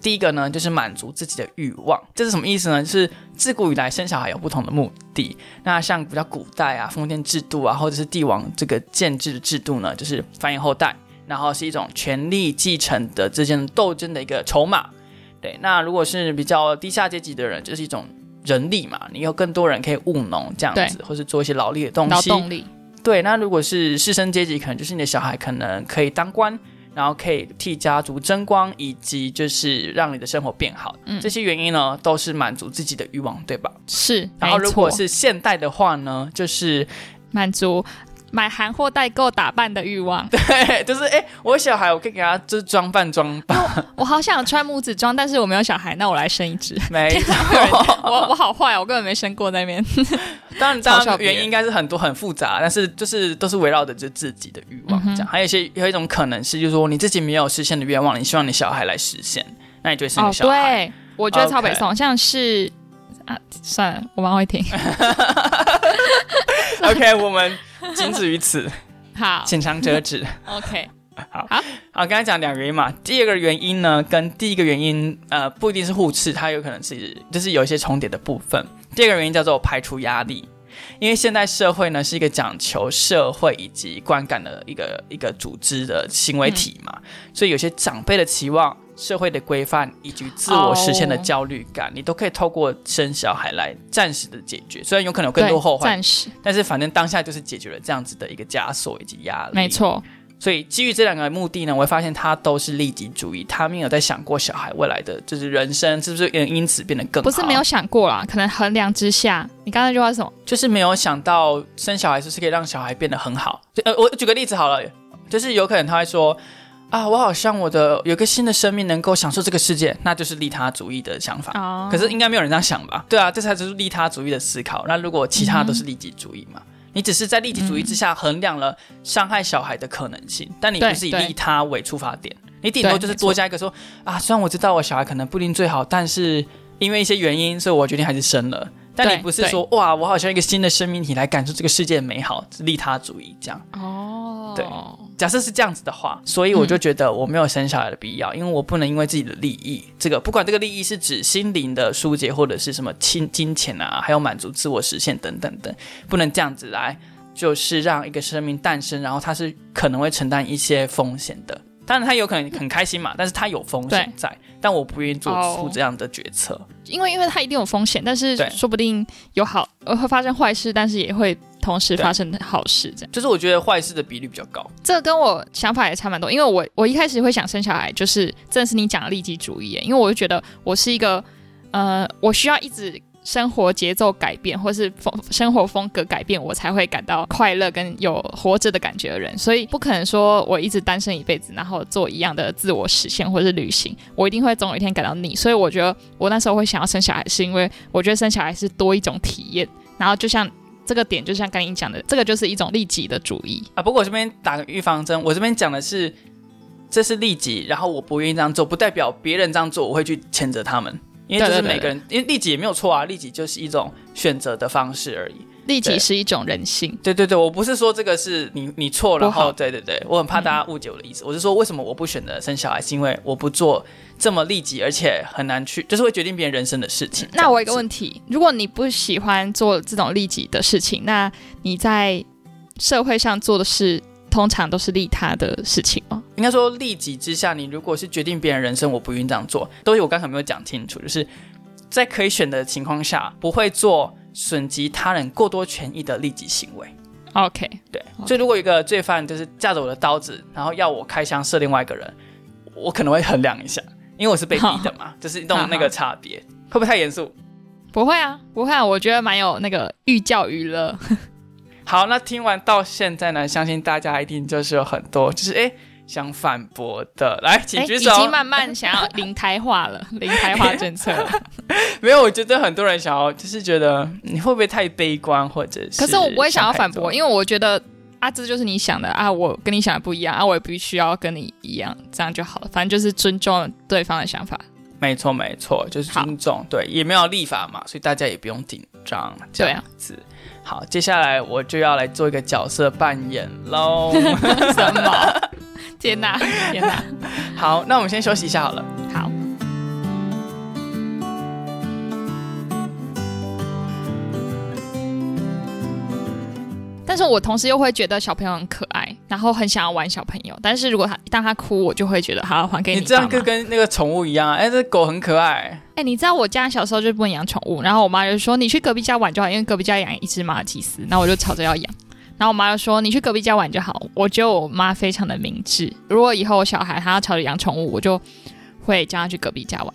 Speaker 2: 第一个呢，就是满足自己的欲望，这是什么意思呢？就是自古以来生小孩有不同的目的，那像比较古代啊，封建制度啊，或者是帝王这个建制的制度呢，就是繁衍后代，然后是一种权力继承的之间的斗争的一个筹码。对，那如果是比较低下阶级的人，就是一种人力嘛，你有更多人可以务农这样子，或是做一些劳力的东
Speaker 1: 劳
Speaker 2: 西。
Speaker 1: 动力，
Speaker 2: 对，那如果是士绅阶级，可能就是你的小孩可能可以当官，然后可以替家族争光，以及就是让你的生活变好。
Speaker 1: 嗯
Speaker 2: 这些原因呢，都是满足自己的欲望，对吧？
Speaker 1: 是。
Speaker 2: 然后
Speaker 1: 没
Speaker 2: 如
Speaker 1: 错
Speaker 2: 果是现代的话呢，就是
Speaker 1: 满足买韩货代购打扮的欲望，
Speaker 2: 对，就是哎、诶我小孩我可以给他就是装扮装扮，
Speaker 1: 我好想穿母子装，但是我没有小孩，那我来生一 只。
Speaker 2: 没
Speaker 1: 我
Speaker 2: 错。
Speaker 1: 我好坏哦，我根本没生过那边。
Speaker 2: 当然，当
Speaker 1: 嘲笑
Speaker 2: 然
Speaker 1: 别人
Speaker 2: 原因应该是很多很复杂，但是就是都是围绕着这自己的欲望
Speaker 1: 嗯
Speaker 2: 这样。还有一些有一种可能是，就是说你自己没有实现的愿望，你希望你小孩来实现，那你就会生个
Speaker 1: 哦，
Speaker 2: 小孩。
Speaker 1: 对，我觉得超北
Speaker 2: OK
Speaker 1: 宋像是啊，算了，我妈会听。
Speaker 2: OK，我们仅止于此，
Speaker 1: 好
Speaker 2: 浅尝辄止。
Speaker 1: ，OK，
Speaker 2: 好，刚才讲两个原因嘛，第二个原因呢，跟第一个原因呃不一定是互斥，它有可能是就是有一些重叠的部分。第二个原因叫做排除压力，因为现代社会呢是一个讲求社会以及观感的一个一个组织的行
Speaker 1: 嗯
Speaker 2: 为体嘛，所以有些长辈的期望、社会的规范以及自我实现的
Speaker 1: 哦
Speaker 2: 焦虑感你都可以透过生小孩来暂时的解决，虽然有可能有更
Speaker 1: 对
Speaker 2: 多后患，
Speaker 1: 暂时
Speaker 2: 但是反正当下就是解决了这样子的一个枷锁以及压力。
Speaker 1: 没错，
Speaker 2: 所以基于这两个目的呢，我会发现他都是利己主义，他没有在想过小孩未来的就是人生是不是也因此变得更好，
Speaker 1: 不是没有，想过啦，可能衡量之下，你刚才那句话是什么？
Speaker 2: 就是没有想到生小孩是不是可以让小孩变得很好。就呃，我举个例子好了，就是有可能他会说。啊，我好像我的有个新的生命能够享受这个世界，那就是利他主义的想法。
Speaker 1: 哦
Speaker 2: 可是应该没有人这样想吧？对啊，这才就是利他主义的思考。那如果其他都是利己主义嘛？你只是在利己主义之下衡量了伤害小孩的可能性，但你不
Speaker 1: 嗯对
Speaker 2: 是以
Speaker 1: 对
Speaker 2: 利他为出发点，你顶多
Speaker 1: 对
Speaker 2: 就是
Speaker 1: 没错
Speaker 2: 多加一个说啊，虽然我知道我小孩可能不一定最好，但是因为一些原因，所以我决定还是生了。但
Speaker 1: 对
Speaker 2: 你不是说哇，我好像一个新的生命体来感受这个世界的美好，是利他主义这样。
Speaker 1: 哦，
Speaker 2: 对假设是这样子的话，所以我就觉得我没有生小孩的必要，因为我不能因为自己的利益，这个不管这个利益是指心灵的疏解，或者是什么金金钱啊，还有满足自我实现等等等，不能这样子来，就是让一个生命诞生，然后它是可能会承担一些风险的。当然，他有可能很开心嘛，但是他有风险
Speaker 1: 对
Speaker 2: 在，但我不愿意做出
Speaker 1: 哦
Speaker 2: 这样的决策。
Speaker 1: 因为因为它一定有风险，但是
Speaker 2: 对
Speaker 1: 说不定有好呃会发生坏事，但是也会同时发生好事，这样。
Speaker 2: 就是我觉得坏事的比率比较高。
Speaker 1: 这个跟我想法也差蛮多，因为我我一开始会想生小孩，就是正是你讲的利己主义耶，因为我就觉得我是一个呃，我需要一直生活节奏改变，或是风生活风格改变，我才会感到快乐跟有活着的感觉的人，所以不可能说我一直单身一辈子，然后做一样的自我实现或是旅行，我一定会总有一天感到腻。所以我觉得我那时候会想要生小孩，是因为我觉得生小孩是多一种体验，然后就像。这个点就像刚才你讲的，这个就是一种利己的主义，
Speaker 2: 啊，不过我这边打个预防针，我这边讲的是这是利己，然后我不愿意这样做，不代表别人这样做我会去谴责他们，因为这
Speaker 1: 对
Speaker 2: 是
Speaker 1: 对对
Speaker 2: 每个人，因为利己也没有错啊，利己就是一种选择的方式而已。
Speaker 1: 利己
Speaker 2: 对
Speaker 1: 是一种人性。
Speaker 2: 对对对，我不是说这个是你你错，
Speaker 1: 不
Speaker 2: 然
Speaker 1: 好
Speaker 2: 后对对对，我很怕大家误解我的意思，我是说为什么我不选择生小孩，是因为我不做这么利己，而且很难去，就是会决定别人人生的事情。
Speaker 1: 那我有一个
Speaker 2: 题，
Speaker 1: 问题，如果你不喜欢做这种利己的事情，那你在社会上做的事，通常都是利他的事情吗？
Speaker 2: 应该说利己之下，你如果是决定别人人生，我不愿意这样做。都是我刚才没有讲清楚，就是在可以选的情况下，不会做损及他人过多权益的利己行为。
Speaker 1: OK，
Speaker 2: 对
Speaker 1: OK
Speaker 2: 所以如果有一个罪犯就是架着我的刀子，然后要我开枪射另外一个人，我可能会衡量一下，因为我是被逼的嘛，就是弄那个差别，会不会太严肃？
Speaker 1: 不会啊，不会啊，我觉得蛮有那个寓教于乐。
Speaker 2: 好，那听完到现在呢，相信大家一定就是有很多就是哎想反驳的，来，请
Speaker 1: 诶
Speaker 2: 举
Speaker 1: 哎已
Speaker 2: 手。
Speaker 1: 经慢慢想要零台化 了，零台化政策了。
Speaker 2: 没有，我觉得很多人想要，就是觉得你会不会太悲观，或者是
Speaker 1: 可是我不会想要反
Speaker 2: 想太
Speaker 1: 驳，
Speaker 2: 多
Speaker 1: 因为我觉得啊，这就是你想的啊，我跟你想的不一样啊，我也必须要跟你一样，这样就好了。反正就是尊重对方的想法。
Speaker 2: 没错没错，就是
Speaker 1: 好
Speaker 2: 尊重，对，也没有立法嘛，所以大家也不用紧张，这
Speaker 1: 对
Speaker 2: 样
Speaker 1: 啊
Speaker 2: 子。好，接下来我就要来做一个角色扮演喽。
Speaker 1: 什么？天哪，天哪！
Speaker 2: 好，那我们先休息一下好了。
Speaker 1: 好。但是我同时又会觉得小朋友很可爱，然后很想要玩小朋友。但是如果他当他哭，我就会觉得好还给
Speaker 2: 你
Speaker 1: 你
Speaker 2: 这样
Speaker 1: 爸
Speaker 2: 就
Speaker 1: 妈
Speaker 2: 跟那个宠物一样啊，哎、这狗很可爱。
Speaker 1: 哎、你知道我家小时候就不能养宠物，然后我妈就说你去隔壁家玩就好，因为隔壁家养一只马尔济斯，那我就吵着要养。然后我妈就说你去隔壁家玩就好。我觉得我妈非常的明智，如果以后我小孩他要吵着养宠物，我就会叫他去隔壁家玩。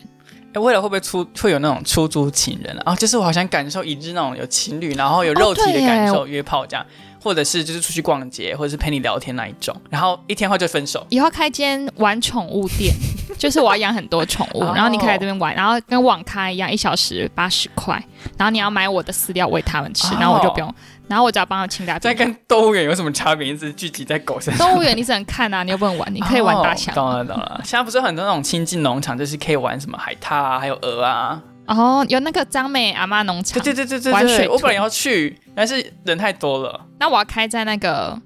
Speaker 2: 哎、未来会不会出会有那种出租情人啊？哦，就是我好想感受一日那种有情侣，然后有肉体
Speaker 1: 哦
Speaker 2: 的
Speaker 1: 对耶
Speaker 2: 感受，约炮这样，或者是就是出去逛街，或者是陪你聊天那一种，然后一天后就分手。
Speaker 1: 以后开间玩宠物店， 就是我要养很多宠物，
Speaker 2: 哦
Speaker 1: 然后你可以来这边玩，然后跟网咖一样，一小时八十块，然后你要买我的饲料喂它们吃
Speaker 2: 哦，
Speaker 1: 然后我就不用，然后我只要帮它清大
Speaker 2: 这
Speaker 1: 便。
Speaker 2: 跟动物园有什么差别？一直聚集在狗身上。
Speaker 1: 动物园你只能看啊，你又不能玩，你可以玩大象
Speaker 2: 哦。懂了懂了。现在不是很多那种亲近农场，就是可以玩什么海獭啊，还有鹅啊。
Speaker 1: 哦，有那个张美阿妈农
Speaker 2: 对
Speaker 1: 场，
Speaker 2: 对对对对
Speaker 1: 玩水
Speaker 2: 对，
Speaker 1: 豚
Speaker 2: 我本来要去，但是人太多了。
Speaker 1: 那我要开在那个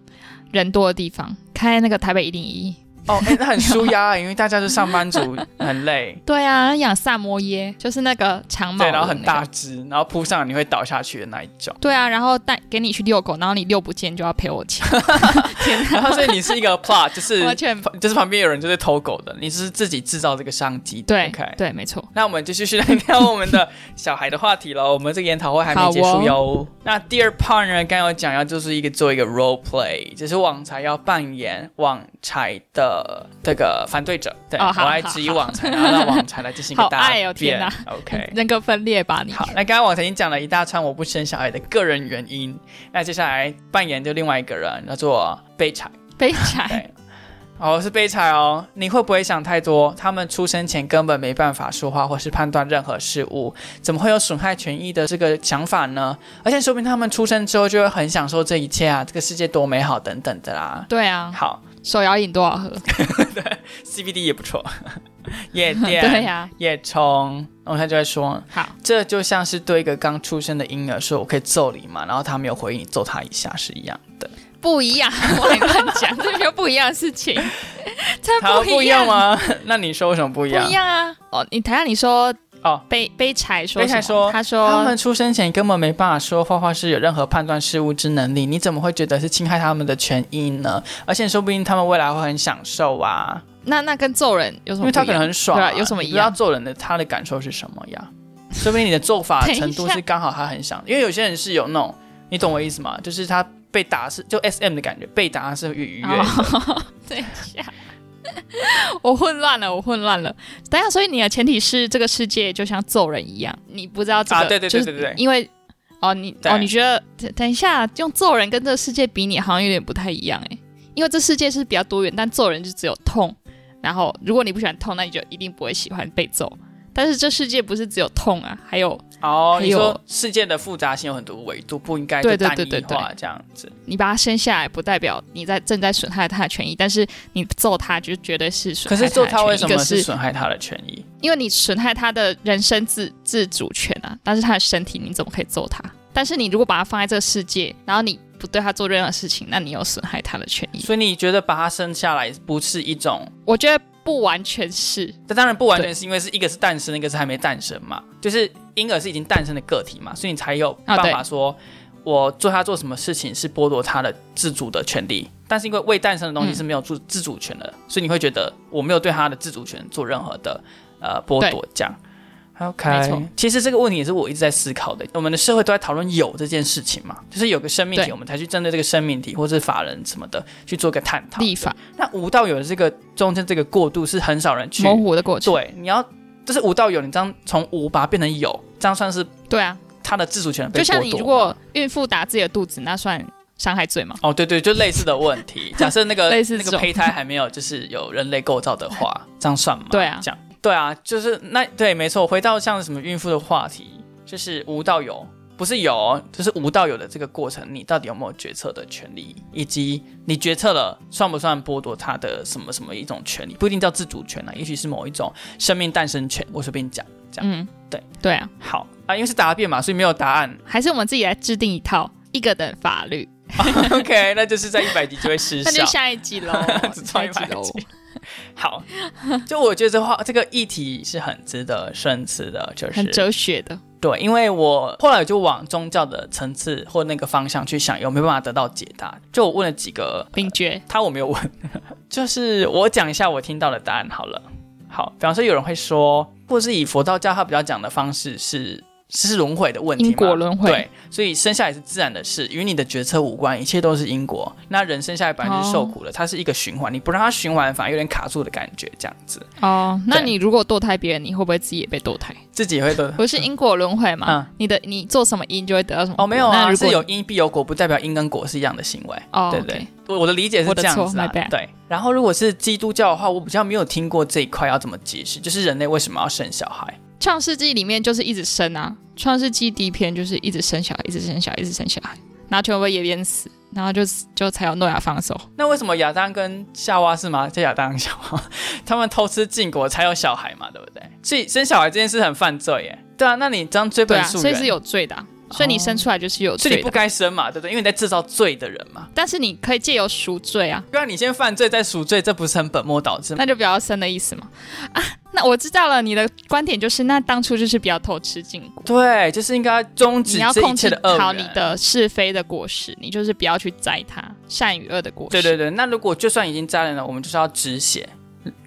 Speaker 1: 人多的地方，开那个台北一零一，
Speaker 2: 哦，哎、那很舒 压，因为大家是上班族，很累。
Speaker 1: 对啊，养萨摩耶就是那个长毛、
Speaker 2: 对，然后很大。只，然后扑上来你会倒下去的那一 种。
Speaker 1: 对啊，然后带给你去遛狗，然后你遛不见就要赔我 钱，
Speaker 2: 然后所以你是一个 plot，就是
Speaker 1: 完全
Speaker 2: 就是旁边有人就是偷狗的，你是自己制造这个商机的。
Speaker 1: 对
Speaker 2: OK。
Speaker 1: 对，没错。
Speaker 2: 那我们继续去来聊我们的小孩的话题喽。我们这个研讨会还
Speaker 1: 哦
Speaker 2: 没结束哟。那第二 part 呢，刚刚有讲要就是一个做一个 role play，就是网才要扮演网才的这个反对者，对、
Speaker 1: 哦好
Speaker 2: 我来
Speaker 1: 好
Speaker 2: 质疑
Speaker 1: 好
Speaker 2: 网才，然后让网才来进行一个
Speaker 1: 好
Speaker 2: 答
Speaker 1: 爱哦
Speaker 2: 辩。
Speaker 1: 天哪
Speaker 2: OK，
Speaker 1: 人格分裂吧你。
Speaker 2: 好，那刚刚我曾经讲了一大串我不生小孩的个人原因，那接下来扮演就另外一个人，叫做悲惨。
Speaker 1: 悲惨。
Speaker 2: 对，哦，是悲惨哦。你会不会想太多？他们出生前根本没办法说话或是判断任何事物，怎么会有损害权益的这个想法呢？而且说明他们出生之后就会很享受这一切啊，这个世界多美好等等的啦。
Speaker 1: 对啊，
Speaker 2: 好
Speaker 1: 手摇饮多少喝？
Speaker 2: ，CBD 也不错， 夜店。
Speaker 1: 对啊呀、
Speaker 2: 夜冲，然后他就会说，
Speaker 1: 好，
Speaker 2: 这就像是对一个刚出生的婴儿说“我可以揍你嘛”，然后他没有回应，你揍他一下是一样的。
Speaker 1: 不一样， 我还乱讲，这没有不一样的事 情，这
Speaker 2: 他
Speaker 1: 不
Speaker 2: 不
Speaker 1: 一
Speaker 2: 一
Speaker 1: 样
Speaker 2: 样？吗？ 那你说为什么不一
Speaker 1: 不
Speaker 2: 样？
Speaker 1: 一样啊！哦，你谈下你说
Speaker 2: 哦，
Speaker 1: 悲悲柴说
Speaker 2: 悲柴
Speaker 1: 什么
Speaker 2: 说
Speaker 1: 他说
Speaker 2: 他们出生前根本没办法说画画是有任何判断事物之能力，你怎么会觉得是侵害他们的权益呢？而且说不定他们未来会很享受啊，
Speaker 1: 那那跟揍人有什么不
Speaker 2: 因为
Speaker 1: 一样？
Speaker 2: 他可能很爽、
Speaker 1: 对啊
Speaker 2: 啊
Speaker 1: 有什么
Speaker 2: 你
Speaker 1: 一
Speaker 2: 不知道
Speaker 1: 样？
Speaker 2: 做人的他的感受是什么呀？说不定你的 做法
Speaker 1: 等一下
Speaker 2: 程度是刚好他很想，因为有些人是有那种，你懂我意思吗？就是他被打是就 S M 的感觉，被打是越愉悦的。
Speaker 1: 哦、 等一下，我混乱了，我混乱了。等一下，所以你的前提是这个世界就像揍人一样，你不知道这个，
Speaker 2: 啊对对对
Speaker 1: 就是
Speaker 2: 对对对
Speaker 1: 因为哦，你
Speaker 2: 对
Speaker 1: 哦，你觉得等等一下用揍人跟这个世界比你，好像有点不太一样哎，因为这世界是比较多元，但揍人就只有痛。然后，如果你不喜欢痛，那你就一定不会喜欢被揍。但是这世界不是只有痛啊，还有
Speaker 2: 哦，
Speaker 1: 还
Speaker 2: 你
Speaker 1: 有
Speaker 2: 说世界的复杂性有很多维度，不应该就
Speaker 1: 哎对对
Speaker 2: 单
Speaker 1: 对对
Speaker 2: 一
Speaker 1: 对
Speaker 2: 化这样子。
Speaker 1: 你把他生下来，不代表你在正在损害他的权益，但是你揍他就绝对是损
Speaker 2: 可
Speaker 1: 害
Speaker 2: 是做他
Speaker 1: 的
Speaker 2: 为
Speaker 1: 权
Speaker 2: 什
Speaker 1: 益一
Speaker 2: 么
Speaker 1: 个
Speaker 2: 是
Speaker 1: 是
Speaker 2: 损害他的权益？
Speaker 1: 因为你损害他的人身自自主权啊，但是他的身体你怎么可以揍他？但是你如果把他放在这个世界，然后你不对他做任何事情，那你有损害他的权益。
Speaker 2: 所以你觉得把他生下来不是一种？
Speaker 1: 我觉得不完全是，
Speaker 2: 这当然不完全是因为是一个是诞生，一个是还没诞生嘛。就是婴儿是已经诞生的个体嘛，所以你才有
Speaker 1: 啊
Speaker 2: 办
Speaker 1: 对
Speaker 2: 法说，我做他做什么事情是剥夺他的自主的权利。但是因为未诞生的东西
Speaker 1: 嗯
Speaker 2: 是没有自自主权的，所以你会觉得我没有对他的自主权做任何的呃剥夺这样。OK，
Speaker 1: 没错
Speaker 2: 其实这个问题也是我一直在思考的。我们的社会都在讨论有这件事情嘛，就是有个生命体，
Speaker 1: 对
Speaker 2: 我们才去针对这个生命体或是法人什么的去做个探讨。
Speaker 1: 立法
Speaker 2: 那无到有的这个中间这个过渡是很少人去
Speaker 1: 模糊的过程。
Speaker 2: 对，你要就是无到有，你这样从无把它变成有，这样算是
Speaker 1: 对啊，
Speaker 2: 他的自主权被
Speaker 1: 就
Speaker 2: 剥夺吗。
Speaker 1: 像你如果孕妇打自己的肚子，那算伤害罪吗？
Speaker 2: 哦，对对，就类似的问题。假设那 个
Speaker 1: 类似
Speaker 2: 那
Speaker 1: 这
Speaker 2: 个
Speaker 1: 种
Speaker 2: 胚胎还没有就是有人类构造的话，这样算吗？
Speaker 1: 对啊
Speaker 2: 这样对啊，就是那对，没错。回到像什么孕妇的话题，就是无到有，不是有哦，就是无到有的这个过程，你到底有没有决策的权利，以及你决策了算不算剥夺他的什么什么一种权利？不一定叫自主权啊，也许是某一种生命诞生权。我随便讲。这样
Speaker 1: 嗯，
Speaker 2: 对
Speaker 1: 对啊，
Speaker 2: 好啊，因为是答辩嘛，所以没有答案。
Speaker 1: 还是我们自己来制定一套一个等法律，
Speaker 2: OK，那就是在一百集就会失效。
Speaker 1: 那就下一集 喽
Speaker 2: 只，
Speaker 1: 下
Speaker 2: 创
Speaker 1: 一
Speaker 2: 一
Speaker 1: 集
Speaker 2: 百
Speaker 1: 喽。
Speaker 2: 集。 好，就我觉得这话这个议题是很值得深思的，就
Speaker 1: 很
Speaker 2: 是
Speaker 1: 哲学的，
Speaker 2: 对，因为我后来我就往宗教的层次或那个方向去想，有没有办法得到解答？就我问了几个，
Speaker 1: 冰绝
Speaker 2: 他我没有问，就是我讲一下我听到的答案好了。好，比方说有人会说，或是以佛道教他比较讲的方式是。是轮回的问题嘛，
Speaker 1: 因果轮回
Speaker 2: 对，所以生下来是自然的事，与你的决策无关，一切都是因果。那人生下来本来就是受
Speaker 1: 哦
Speaker 2: 苦的，它是一个循环，你不让它循环，反而有点卡住的感觉，这样子。
Speaker 1: 哦。那
Speaker 2: 对
Speaker 1: 你如果堕胎别人，你会不会自己也被堕胎？
Speaker 2: 自己也会得。
Speaker 1: 不是因果轮回嘛？
Speaker 2: 嗯
Speaker 1: 你的你做什么因就会得到什么果
Speaker 2: 哦，没有
Speaker 1: 那
Speaker 2: 啊，
Speaker 1: 如果
Speaker 2: 是有因必有果，不代表因跟果是一样的行为。
Speaker 1: 哦，
Speaker 2: 对
Speaker 1: OK
Speaker 2: 对，我我的理解是这样
Speaker 1: 我
Speaker 2: 子
Speaker 1: 的
Speaker 2: 啊
Speaker 1: 错，my bad
Speaker 2: 对。然后如果是基督教的话，我比较没有听过这一块要怎么解释，就是人类为什么要生小孩？
Speaker 1: 创世纪里面就是一直生啊，创世纪第一篇就是一直生小孩，一直生小孩，一直生小孩，然后全部被野淹死，然后就就才有诺亚放手。
Speaker 2: 那为什么亚当跟夏娃是吗？叫亚当夏娃， 他们偷吃禁果才有小孩嘛，对不对？所以生小孩这件事很犯罪耶。对啊，那你这样追
Speaker 1: 对
Speaker 2: 本
Speaker 1: 啊，
Speaker 2: 溯
Speaker 1: 所以
Speaker 2: 源，
Speaker 1: 是有罪的啊、所以你生出来就是有
Speaker 2: 所以
Speaker 1: 罪
Speaker 2: 你不
Speaker 1: 的。
Speaker 2: 该生嘛，对不对？因为你在制造罪的人嘛。
Speaker 1: 但是你可以借由赎罪啊，
Speaker 2: 不然你先犯罪再赎罪，这不是很本末倒置吗？
Speaker 1: 那就不要生的意思嘛。啊，那我知道了，你的观点就是，那当初就是不要偷吃禁果，
Speaker 2: 对，就是应该终止
Speaker 1: 你要
Speaker 2: 这一
Speaker 1: 控
Speaker 2: 切
Speaker 1: 制
Speaker 2: 的恶
Speaker 1: 好
Speaker 2: 人
Speaker 1: 你的是非的果实，你就是不要去摘它善与恶的果实。
Speaker 2: 对对对，那如果就算已经扎人了，我们就是要止血。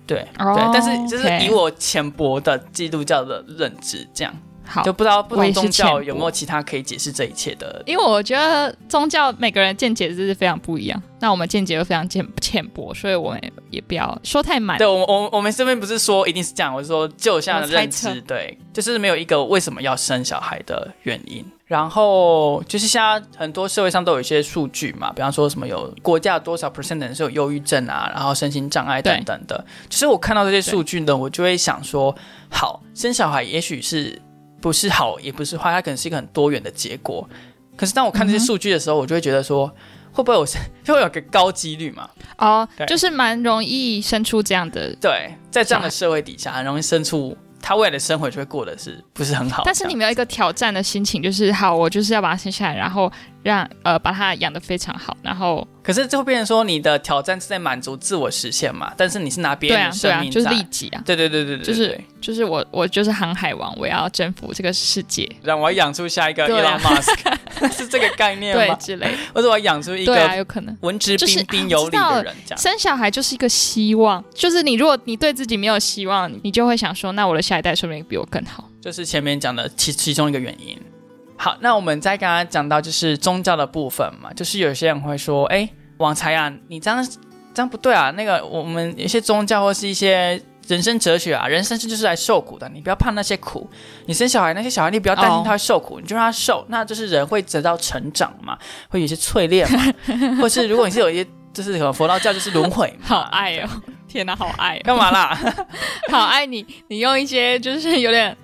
Speaker 2: 对、
Speaker 1: 哦
Speaker 2: 对，但是就是
Speaker 1: OK
Speaker 2: 以我浅薄的基督教的认知，这样
Speaker 1: 好
Speaker 2: 就，不知道不
Speaker 1: 我
Speaker 2: 同
Speaker 1: 也是
Speaker 2: 宗教
Speaker 1: 浅
Speaker 2: 有没有其他可以解释这一切的。
Speaker 1: 因为我觉得宗教每个人见解就是非常不一样，那我们见解又非常浅浅薄，所以我们也不要说太满。
Speaker 2: 对我们，我们我们这边不是说一定是这样，我是说就像的认
Speaker 1: 我猜
Speaker 2: 知，对，就是没有一个为什么要生小孩的原因。然后就是现在很多社会上都有一些数据嘛，比方说什么有国家有多少 percent 的人是有忧郁症啊，然后身心障碍等
Speaker 1: 对
Speaker 2: 等的。其实我看到这些数据呢，我就会想说，好，生小孩也许是不是好，也不是坏，它可能是一个很多元的结果。可是当我看这些
Speaker 1: 嗯哼
Speaker 2: 数据的时候，我就会觉得说，会不会我是会有个 高几率嘛？
Speaker 1: 哦
Speaker 2: 对，
Speaker 1: 就是蛮容易生出这样的。
Speaker 2: 对，在这样的社会底下，很容易生出他未来的生活就会过得是不是很好？
Speaker 1: 但是你没有一个挑战的心情，就是好，我就是要把它生下来，然后让呃把它养得非常好，然后
Speaker 2: 可是就会变成说，你的挑战是在满足自我实现嘛？但是你是拿别
Speaker 1: 对
Speaker 2: 人
Speaker 1: 啊
Speaker 2: 的
Speaker 1: 对
Speaker 2: 生
Speaker 1: 啊，
Speaker 2: 命
Speaker 1: 就是
Speaker 2: 在
Speaker 1: 利己啊，
Speaker 2: 对对对对对，
Speaker 1: 就是
Speaker 2: 对
Speaker 1: 就是我我就是航海王，我要征服这个世界，
Speaker 2: 让我养出下一个 Elon
Speaker 1: 对啊
Speaker 2: Musk，是 这个概念
Speaker 1: 对
Speaker 2: 吗？
Speaker 1: 之类的，
Speaker 2: 或者我要养出 一
Speaker 1: 对啊，
Speaker 2: 个
Speaker 1: 有可能。
Speaker 2: 文质
Speaker 1: 就是
Speaker 2: 彬彬
Speaker 1: 啊
Speaker 2: 有礼
Speaker 1: 知道
Speaker 2: 的
Speaker 1: 了
Speaker 2: 人，这样
Speaker 1: 生小孩就是一个希望，就是你如果你对自己没有希望，你就会想说，那我的下一代说不定比我更好。
Speaker 2: 就是前面讲的其其中一个原因。好，那我们再刚刚讲到就是宗教的部分嘛，就是有些人会说，哎，网才啊，你这样这样不对啊，那个我们有些宗教或是一些人生哲学啊，人生就是来受苦的，你不要怕那些苦，你生小孩那些小孩你不要担心
Speaker 1: 哦
Speaker 2: 他会受苦你就让他受，那就是人会得到成长嘛，会有一些淬炼嘛，或是如果你是有一些就是可能佛道教就是轮回嘛，
Speaker 1: 好爱哦，天哪，好爱、哦，
Speaker 2: 干嘛啦
Speaker 1: 好爱你！你用一些就是有点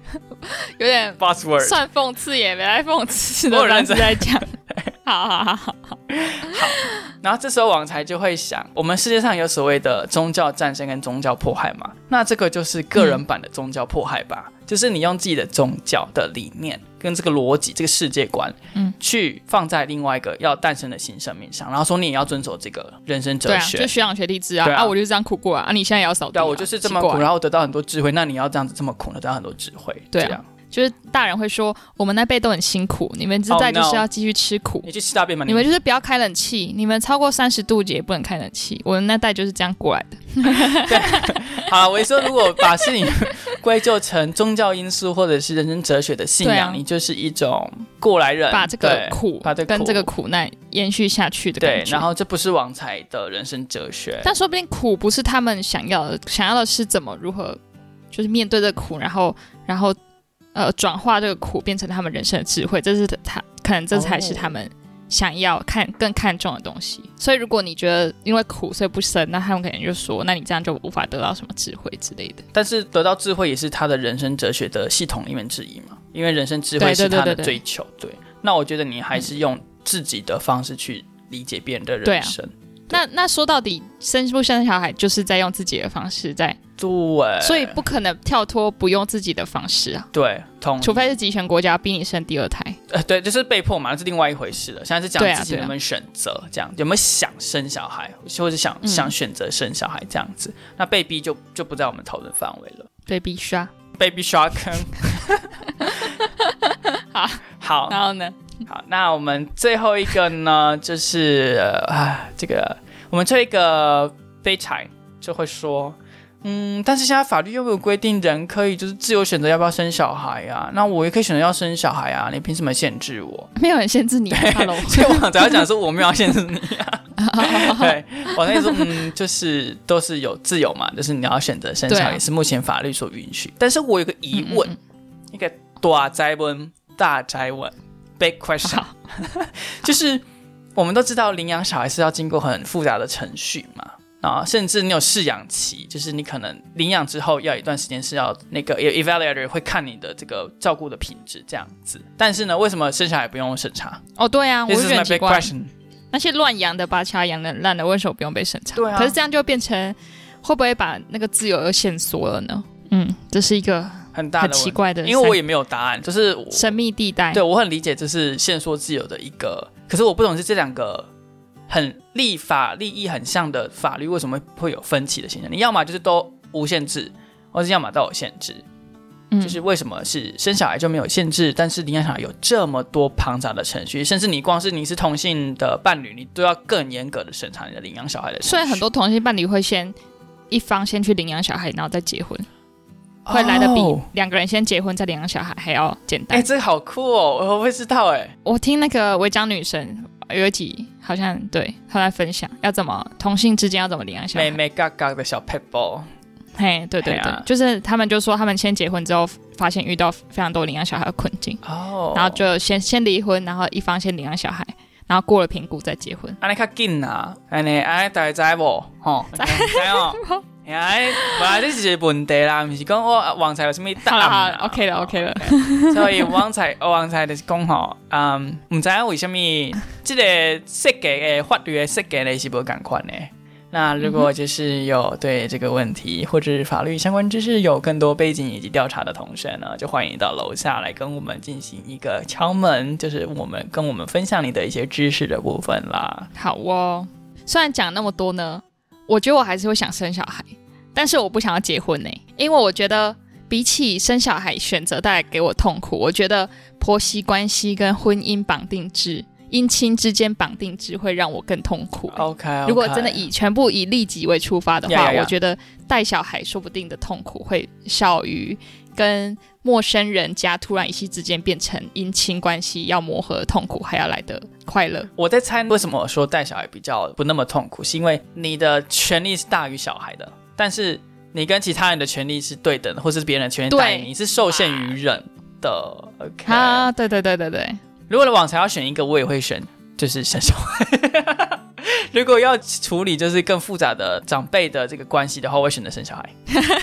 Speaker 1: 有点
Speaker 2: ？Buzzword。
Speaker 1: 算讽刺也没来讽刺
Speaker 2: 我
Speaker 1: 的
Speaker 2: 有认
Speaker 1: 方式
Speaker 2: 真
Speaker 1: 在 讲。好好好好，
Speaker 2: 然后这时候网才就会想，我们世界上有所谓的宗教战争跟宗教迫害嘛，那这个就是个人版的宗教迫害吧，
Speaker 1: 嗯
Speaker 2: 就是你用自己的宗教的理念跟这个逻辑、这个世界观，
Speaker 1: 嗯，
Speaker 2: 去放在另外一个要诞生的新生命上，然后说你也要遵守这个人生哲
Speaker 1: 对啊，
Speaker 2: 学。
Speaker 1: 就学长学弟制啊，
Speaker 2: 对啊
Speaker 1: 我就这样苦过啊，啊你现在也要扫地、
Speaker 2: 对
Speaker 1: 啊，
Speaker 2: 啊，我就是这么
Speaker 1: 奇怪
Speaker 2: 苦，然后得到很多智慧。那你要这样子这么苦，得到很多智慧，
Speaker 1: 对啊
Speaker 2: 这样
Speaker 1: 就是大人会说，我们那辈都很辛苦，你们这代
Speaker 2: Oh, no
Speaker 1: 就是要继续吃苦。
Speaker 2: 你去吃大便吧，
Speaker 1: 你
Speaker 2: 们
Speaker 1: 们就是不要开冷气，你们超过三十度也不能开冷气。我们那代就是这样过来的。
Speaker 2: 好了，我是说，如果把事情归咎成宗教因素或者是人生哲学的信仰，
Speaker 1: 对啊
Speaker 2: 你就是一种过来人，
Speaker 1: 把这个
Speaker 2: 嗯对
Speaker 1: 苦
Speaker 2: 把这个
Speaker 1: 跟
Speaker 2: 苦
Speaker 1: 这个苦难延续下去的
Speaker 2: 对
Speaker 1: 感，觉。
Speaker 2: 然，后这不是王才的人生哲学，
Speaker 1: 但说不定苦不是他们想要的，想要的是怎么如何就是面对这个苦，然后然后呃转化这个苦变成他们人生的智慧，这是他可能这才是
Speaker 2: 哦
Speaker 1: 他们想要看更看重的东西。所以如果你觉得因为苦所以不生，那他们可能就说，那你这样就无法得到什么智慧之类的。
Speaker 2: 但是得到智慧也是他的人生哲学的系统里面之一嘛，因为人生智慧
Speaker 1: 对
Speaker 2: 是
Speaker 1: 对对
Speaker 2: 他的
Speaker 1: 对对
Speaker 2: 追求。对，那我觉得你还是用自己的方式去理解别人的
Speaker 1: 对啊
Speaker 2: 人生。
Speaker 1: 那那说到底，生不生小孩就是在用自己的方式在，呃
Speaker 2: 对，
Speaker 1: 所以不可能跳脱不用自己的方式啊。
Speaker 2: 对，同意
Speaker 1: 除非是集权国家逼你生第二胎，
Speaker 2: 呃，对，就是被迫嘛，那是另外一回事了。现在是讲
Speaker 1: 对啊
Speaker 2: 自己
Speaker 1: 对啊
Speaker 2: 能不能选择，这样有没有想生小孩，或者想、
Speaker 1: 嗯
Speaker 2: 想选择生小孩这样子。那被逼就就不在我们讨论范围了。
Speaker 1: 对，必须啊。
Speaker 2: Baby Shark，
Speaker 1: 好
Speaker 2: 好
Speaker 1: 然后呢？
Speaker 2: 好，那我们最后一个呢，就是呃啊，这个我们最后一个悲惨就会说。嗯，但是现在法律又没有规定人可以就是自由选择要不要生小孩啊？那我也可以选择要生小孩啊，你凭什么限制我？
Speaker 1: 没有人限制你啊，Hello。
Speaker 2: 所以我才要讲说我没有要限制你啊。对，我那时候嗯，就是都是有自由嘛，就是你要选择生小
Speaker 1: 对
Speaker 2: 孩
Speaker 1: 啊
Speaker 2: 也是目前法律所允许。但是我有个疑问，
Speaker 1: 嗯
Speaker 2: 一个大灾问，大灾问，big question，
Speaker 1: 嗯好，
Speaker 2: 就是我们都知道领养小孩是要经过很复杂的程序嘛。啊，甚至你有试养期，就是你可能领养之后要一段时间是要那个 evaluator 会看你的这个照顾的品质这样子。但是呢，为什么生小孩不用审查？
Speaker 1: 哦对啊，我
Speaker 2: This
Speaker 1: 就
Speaker 2: is
Speaker 1: 觉得
Speaker 2: my
Speaker 1: 很
Speaker 2: big
Speaker 1: 奇怪，
Speaker 2: question。
Speaker 1: 那些乱养的、把掐养的、烂的，为什么不用被审查？
Speaker 2: 对啊
Speaker 1: 可是这样就变成会不会把那个自由又限缩了呢？嗯，这是一个
Speaker 2: 很大的
Speaker 1: 很
Speaker 2: 问题
Speaker 1: 奇怪的三，哎
Speaker 2: 因为我也没有答案，就是我
Speaker 1: 神秘地带。
Speaker 2: 对我很理解这是限缩自由的一个，可是我不懂是这两个很立法利益很像的法律为什么会有分歧的现象？你要么就是都无限制，或是要么都有限制，
Speaker 1: 嗯，
Speaker 2: 就是为什么是生小孩就没有限制，但是领养小孩有这么多庞杂的程序，甚至你光是你是同性的伴侣，你都要更严格的审查你的领养小孩的程序。
Speaker 1: 所以很多同性伴侣会先一方先去领养小孩，然后再结婚，会来的比
Speaker 2: 哦
Speaker 1: 两个人先结婚再领养小孩还要简
Speaker 2: 哎、
Speaker 1: 单。
Speaker 2: 这个好酷哦，我不知道哎、
Speaker 1: 我听那个围江女神有一集，好像对她在分享要怎么同性之间要怎么领养小
Speaker 2: 美
Speaker 1: 孩。
Speaker 2: 美嘎嘎的小 p e b b l e
Speaker 1: 嘿，对对
Speaker 2: 嘿
Speaker 1: 对，
Speaker 2: 啊
Speaker 1: 就是他们就说他们先结婚之后，发现遇到非常多领养小孩的困境，
Speaker 2: 哦，
Speaker 1: 然后就先先离婚，然后一方先领养小孩，然后过了评估再结婚。
Speaker 2: 安尼较紧啊，安尼安尼大家知无？吼，知哦。 哎，本来这是一个问题啦，毋是讲我旺财有啥物答
Speaker 1: 好了好
Speaker 2: 案
Speaker 1: 了
Speaker 2: 啦
Speaker 1: ，OK 了 OK 了，
Speaker 2: 所以旺财旺财就是讲吼，嗯，毋知影为虾物即个设计的法律的设计呢是无共款的。那如
Speaker 1: 嗯
Speaker 2: 果就是有对这个问题或者是法律相关知识有更多背景以及调查的同学呢，就欢迎到楼下来跟我们进行一个敲门，就是我们跟我们分享你的一些知识的部分啦。
Speaker 1: 好哦。虽然讲那么多呢，我觉得我还是会想生小孩，但是我不想要结婚呢、因为我觉得比起生小孩选择带来给我痛苦，我觉得婆媳关系跟婚姻绑定制、姻亲之间绑定制会让我更痛苦。
Speaker 2: OK，,
Speaker 1: 如果真的以全部以利己为出发的话
Speaker 2: Yeah, yeah, yeah.
Speaker 1: 我觉得带小孩说不定的痛苦会小于跟陌生人家突然一夕之间变成姻亲关系要磨合的痛苦还要来的快乐。
Speaker 2: 我在猜，为什么我说带小孩比较不那么痛苦，是因为你的权利是大于小孩的，但是你跟其他人的权利是对等的，或是别人的权利大于
Speaker 1: 对
Speaker 2: 你，你是受限于人的。OK，、
Speaker 1: 啊，对对对对对，
Speaker 2: 如果网才要选一个，我也会选就是生小孩。 如果要处理就是更复杂的长辈的这个关系的话，我会选择 生小孩。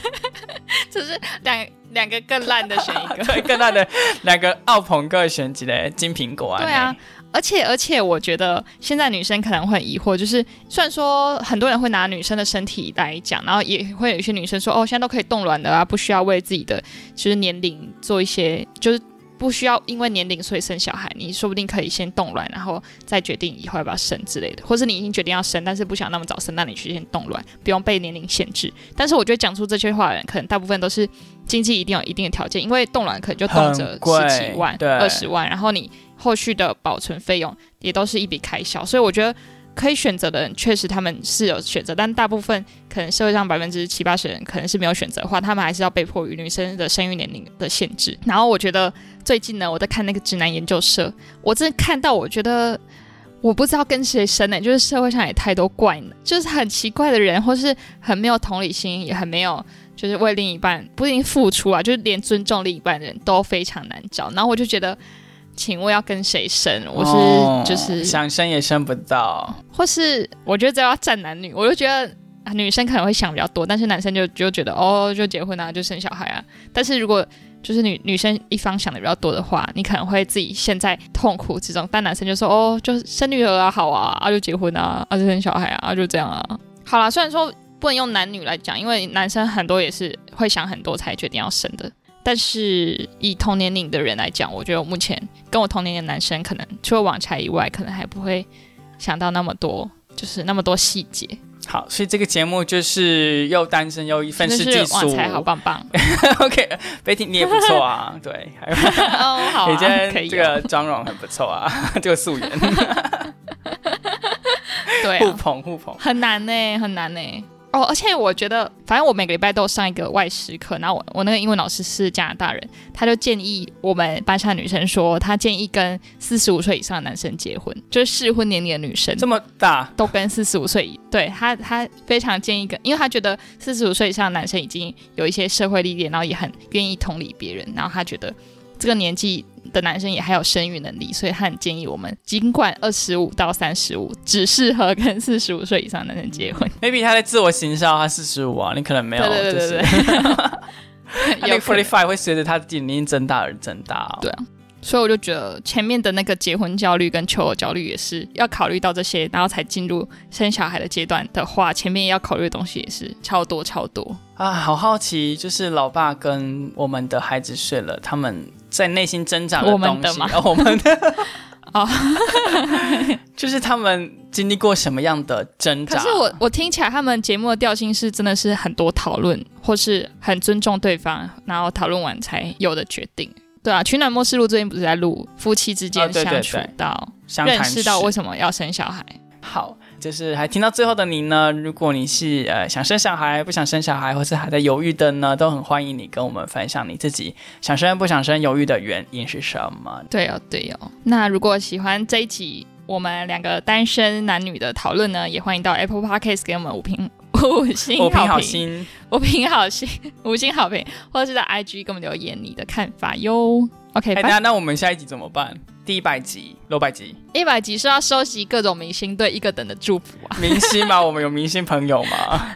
Speaker 1: 就是两两个更烂的选一个。
Speaker 2: 对，更大的两个奥鹏各选几嘞金苹果啊。
Speaker 1: 对啊， 而且而且，我觉得现在女生可能会很疑惑，就是虽然说很多人会拿女生的身体来讲，然后也会有一些女生说，哦，现在都可以冻卵的啊，不需要为自己的就是年龄做一些，就是不需要因为年龄所以生小孩，你说不定可以先冻卵，然后再决定以后要不要生之类的，或是你已经决定要生，但是不想那么早生，那你去先冻卵，不用被年龄限制。但是我觉得讲出这些话的人，可能大部分都是经济一定有一定的条件，因为冻卵可能就动辄
Speaker 2: 很贵
Speaker 1: 十几万、
Speaker 2: 对
Speaker 1: 二十万，然后你后续的保存费用也都是一笔开销，所以我觉得可以选择的人，确实他们是有选择，但大部分可能社会上百分之七八十的人可能是没有选择的话，他们还是要被迫于女生的生育年龄的限制。然后我觉得最近呢，我在看那个直男研究社，我真的看到我觉得。我不知道跟谁生呢、欸就是社会上也太多怪呢，就是很奇怪的人，或是很没有同理心，也很没有就是为另一半不一定付出啊，就是连尊重另一半的人都非常难找。然后我就觉得，请问要跟谁生？我是、
Speaker 2: 哦
Speaker 1: 就是
Speaker 2: 想生也生不到。
Speaker 1: 或是我觉得这要站男女，我就觉得、啊、女生可能会想比较多，但是男生就就觉得哦，就结婚啊，就生小孩啊。但是如果就是女女生一方想的比较多的话，你可能会自己陷在痛苦之中，但男生就说哦，就生女儿啊，好啊，啊就结婚啊，啊就生小孩啊，啊就这样啊。好啦，虽然说不能用男女来讲，因为男生很多也是会想很多才决定要生的。但是以同年龄的人来讲，我觉得我目前跟我同年龄的男生，可能除了网柴以外，可能还不会想到那么多，就是那么多细节。
Speaker 2: 好，所以这个节目就是又单身又愤
Speaker 1: 真的
Speaker 2: 世嫉
Speaker 1: 是
Speaker 2: 俗
Speaker 1: 旺。财好棒棒
Speaker 2: OK，贝蒂你也不 错啊，对，还有
Speaker 1: 哦，好、
Speaker 2: 你今
Speaker 1: 啊，可
Speaker 2: 天
Speaker 1: 以
Speaker 2: 这
Speaker 1: 哦、
Speaker 2: 个妆容很不错啊， 这个 素颜
Speaker 1: 对、
Speaker 2: 互
Speaker 1: 啊，
Speaker 2: 捧互捧。
Speaker 1: 很难呢、很难呢、哦，而且我觉得，反正我每个礼拜都有上一个外事课，然后我我那个英文老师是加拿大人，他就建议我们班上的女生说，他建议跟四十五岁以上的男生结婚，就是适婚年龄的女生
Speaker 2: 这么大，
Speaker 1: 都跟四十五岁以，对他他非常建议跟，因为他觉得四十五岁以上的男生已经有一些社会历练，然后也很愿意同理别人，然后他觉得这个年纪的男生也还有生育能力，所以他很建议我们，尽管二十五到三十五只适合跟四十五岁以上的男生结婚，
Speaker 2: maybe 他在自我行销，他四十五啊，你可能没有，
Speaker 1: 对对
Speaker 2: 就
Speaker 1: 对
Speaker 2: 是
Speaker 1: 对对，
Speaker 2: 他那
Speaker 1: 有
Speaker 2: 个
Speaker 1: 可能
Speaker 2: qualify 会随着他的年龄增大而增大哦。
Speaker 1: 对所以我就觉得前面的那个结婚焦虑跟求偶焦虑也是要考虑到这些，然后才进入生小孩的阶段的话，前面要考虑的东西也是超多超多。
Speaker 2: 啊，好好奇，就是老爸跟我们的孩子睡了，他们在内心挣扎
Speaker 1: 我
Speaker 2: 东西，
Speaker 1: 们的吗
Speaker 2: 啊我们的
Speaker 1: 哦，
Speaker 2: 就是他们经历过什么样的挣扎？
Speaker 1: 可是我我听起来他们节目的调性是真的是很多讨论，或是很尊重对方，然后讨论完才有的决定。对啊，《取暖末世录》最近不是在录夫妻之
Speaker 2: 啊
Speaker 1: 间
Speaker 2: 对对
Speaker 1: 相处
Speaker 2: 对
Speaker 1: 到、
Speaker 2: 相
Speaker 1: 认
Speaker 2: 谈
Speaker 1: 识到
Speaker 2: 时
Speaker 1: 为什么要生小孩，
Speaker 2: 好，就是还听到最后的你呢，如果你是呃想生小孩、不想生小孩，或是还在犹豫的呢，都很欢迎你跟我们分享你自己想生不想生、犹豫的原因是什么。
Speaker 1: 对哦，对哦。那如果喜欢这一集我们两个单身男女的讨论呢，也欢迎到 Apple Podcast 给我们五评五星
Speaker 2: 我凭
Speaker 1: 好
Speaker 2: 好
Speaker 1: 评，
Speaker 2: 心，
Speaker 1: 五评好心，五星好评，或者是在 IG 给我们留言你的看法哟。OK，
Speaker 2: 哎、
Speaker 1: 拜
Speaker 2: 等一下那我们下一集怎么办？第一百集、六百集，
Speaker 1: 一百集是要收集各种明星对一个等的祝福啊，
Speaker 2: 明星嘛，我们有明星朋友嘛，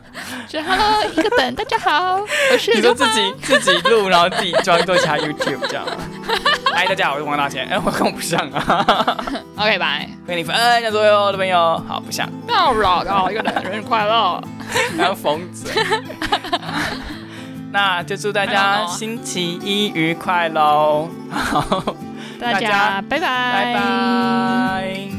Speaker 1: 就 Hello 一个等，大家好，我是
Speaker 2: 你
Speaker 1: 刘
Speaker 2: 说自己自己录，然后自己装做其他 YouTube 这样。 嗨，大家好，我是王大千。哎、我跟我不像啊，
Speaker 1: OK 拜，
Speaker 2: 跟你分享左右的朋友，好不像。
Speaker 1: 到扰到一个等，人快乐，
Speaker 2: 还有疯子。 那就祝大家星期一愉快喽！好，
Speaker 1: 大
Speaker 2: 大家
Speaker 1: 家拜拜，
Speaker 2: 拜。拜。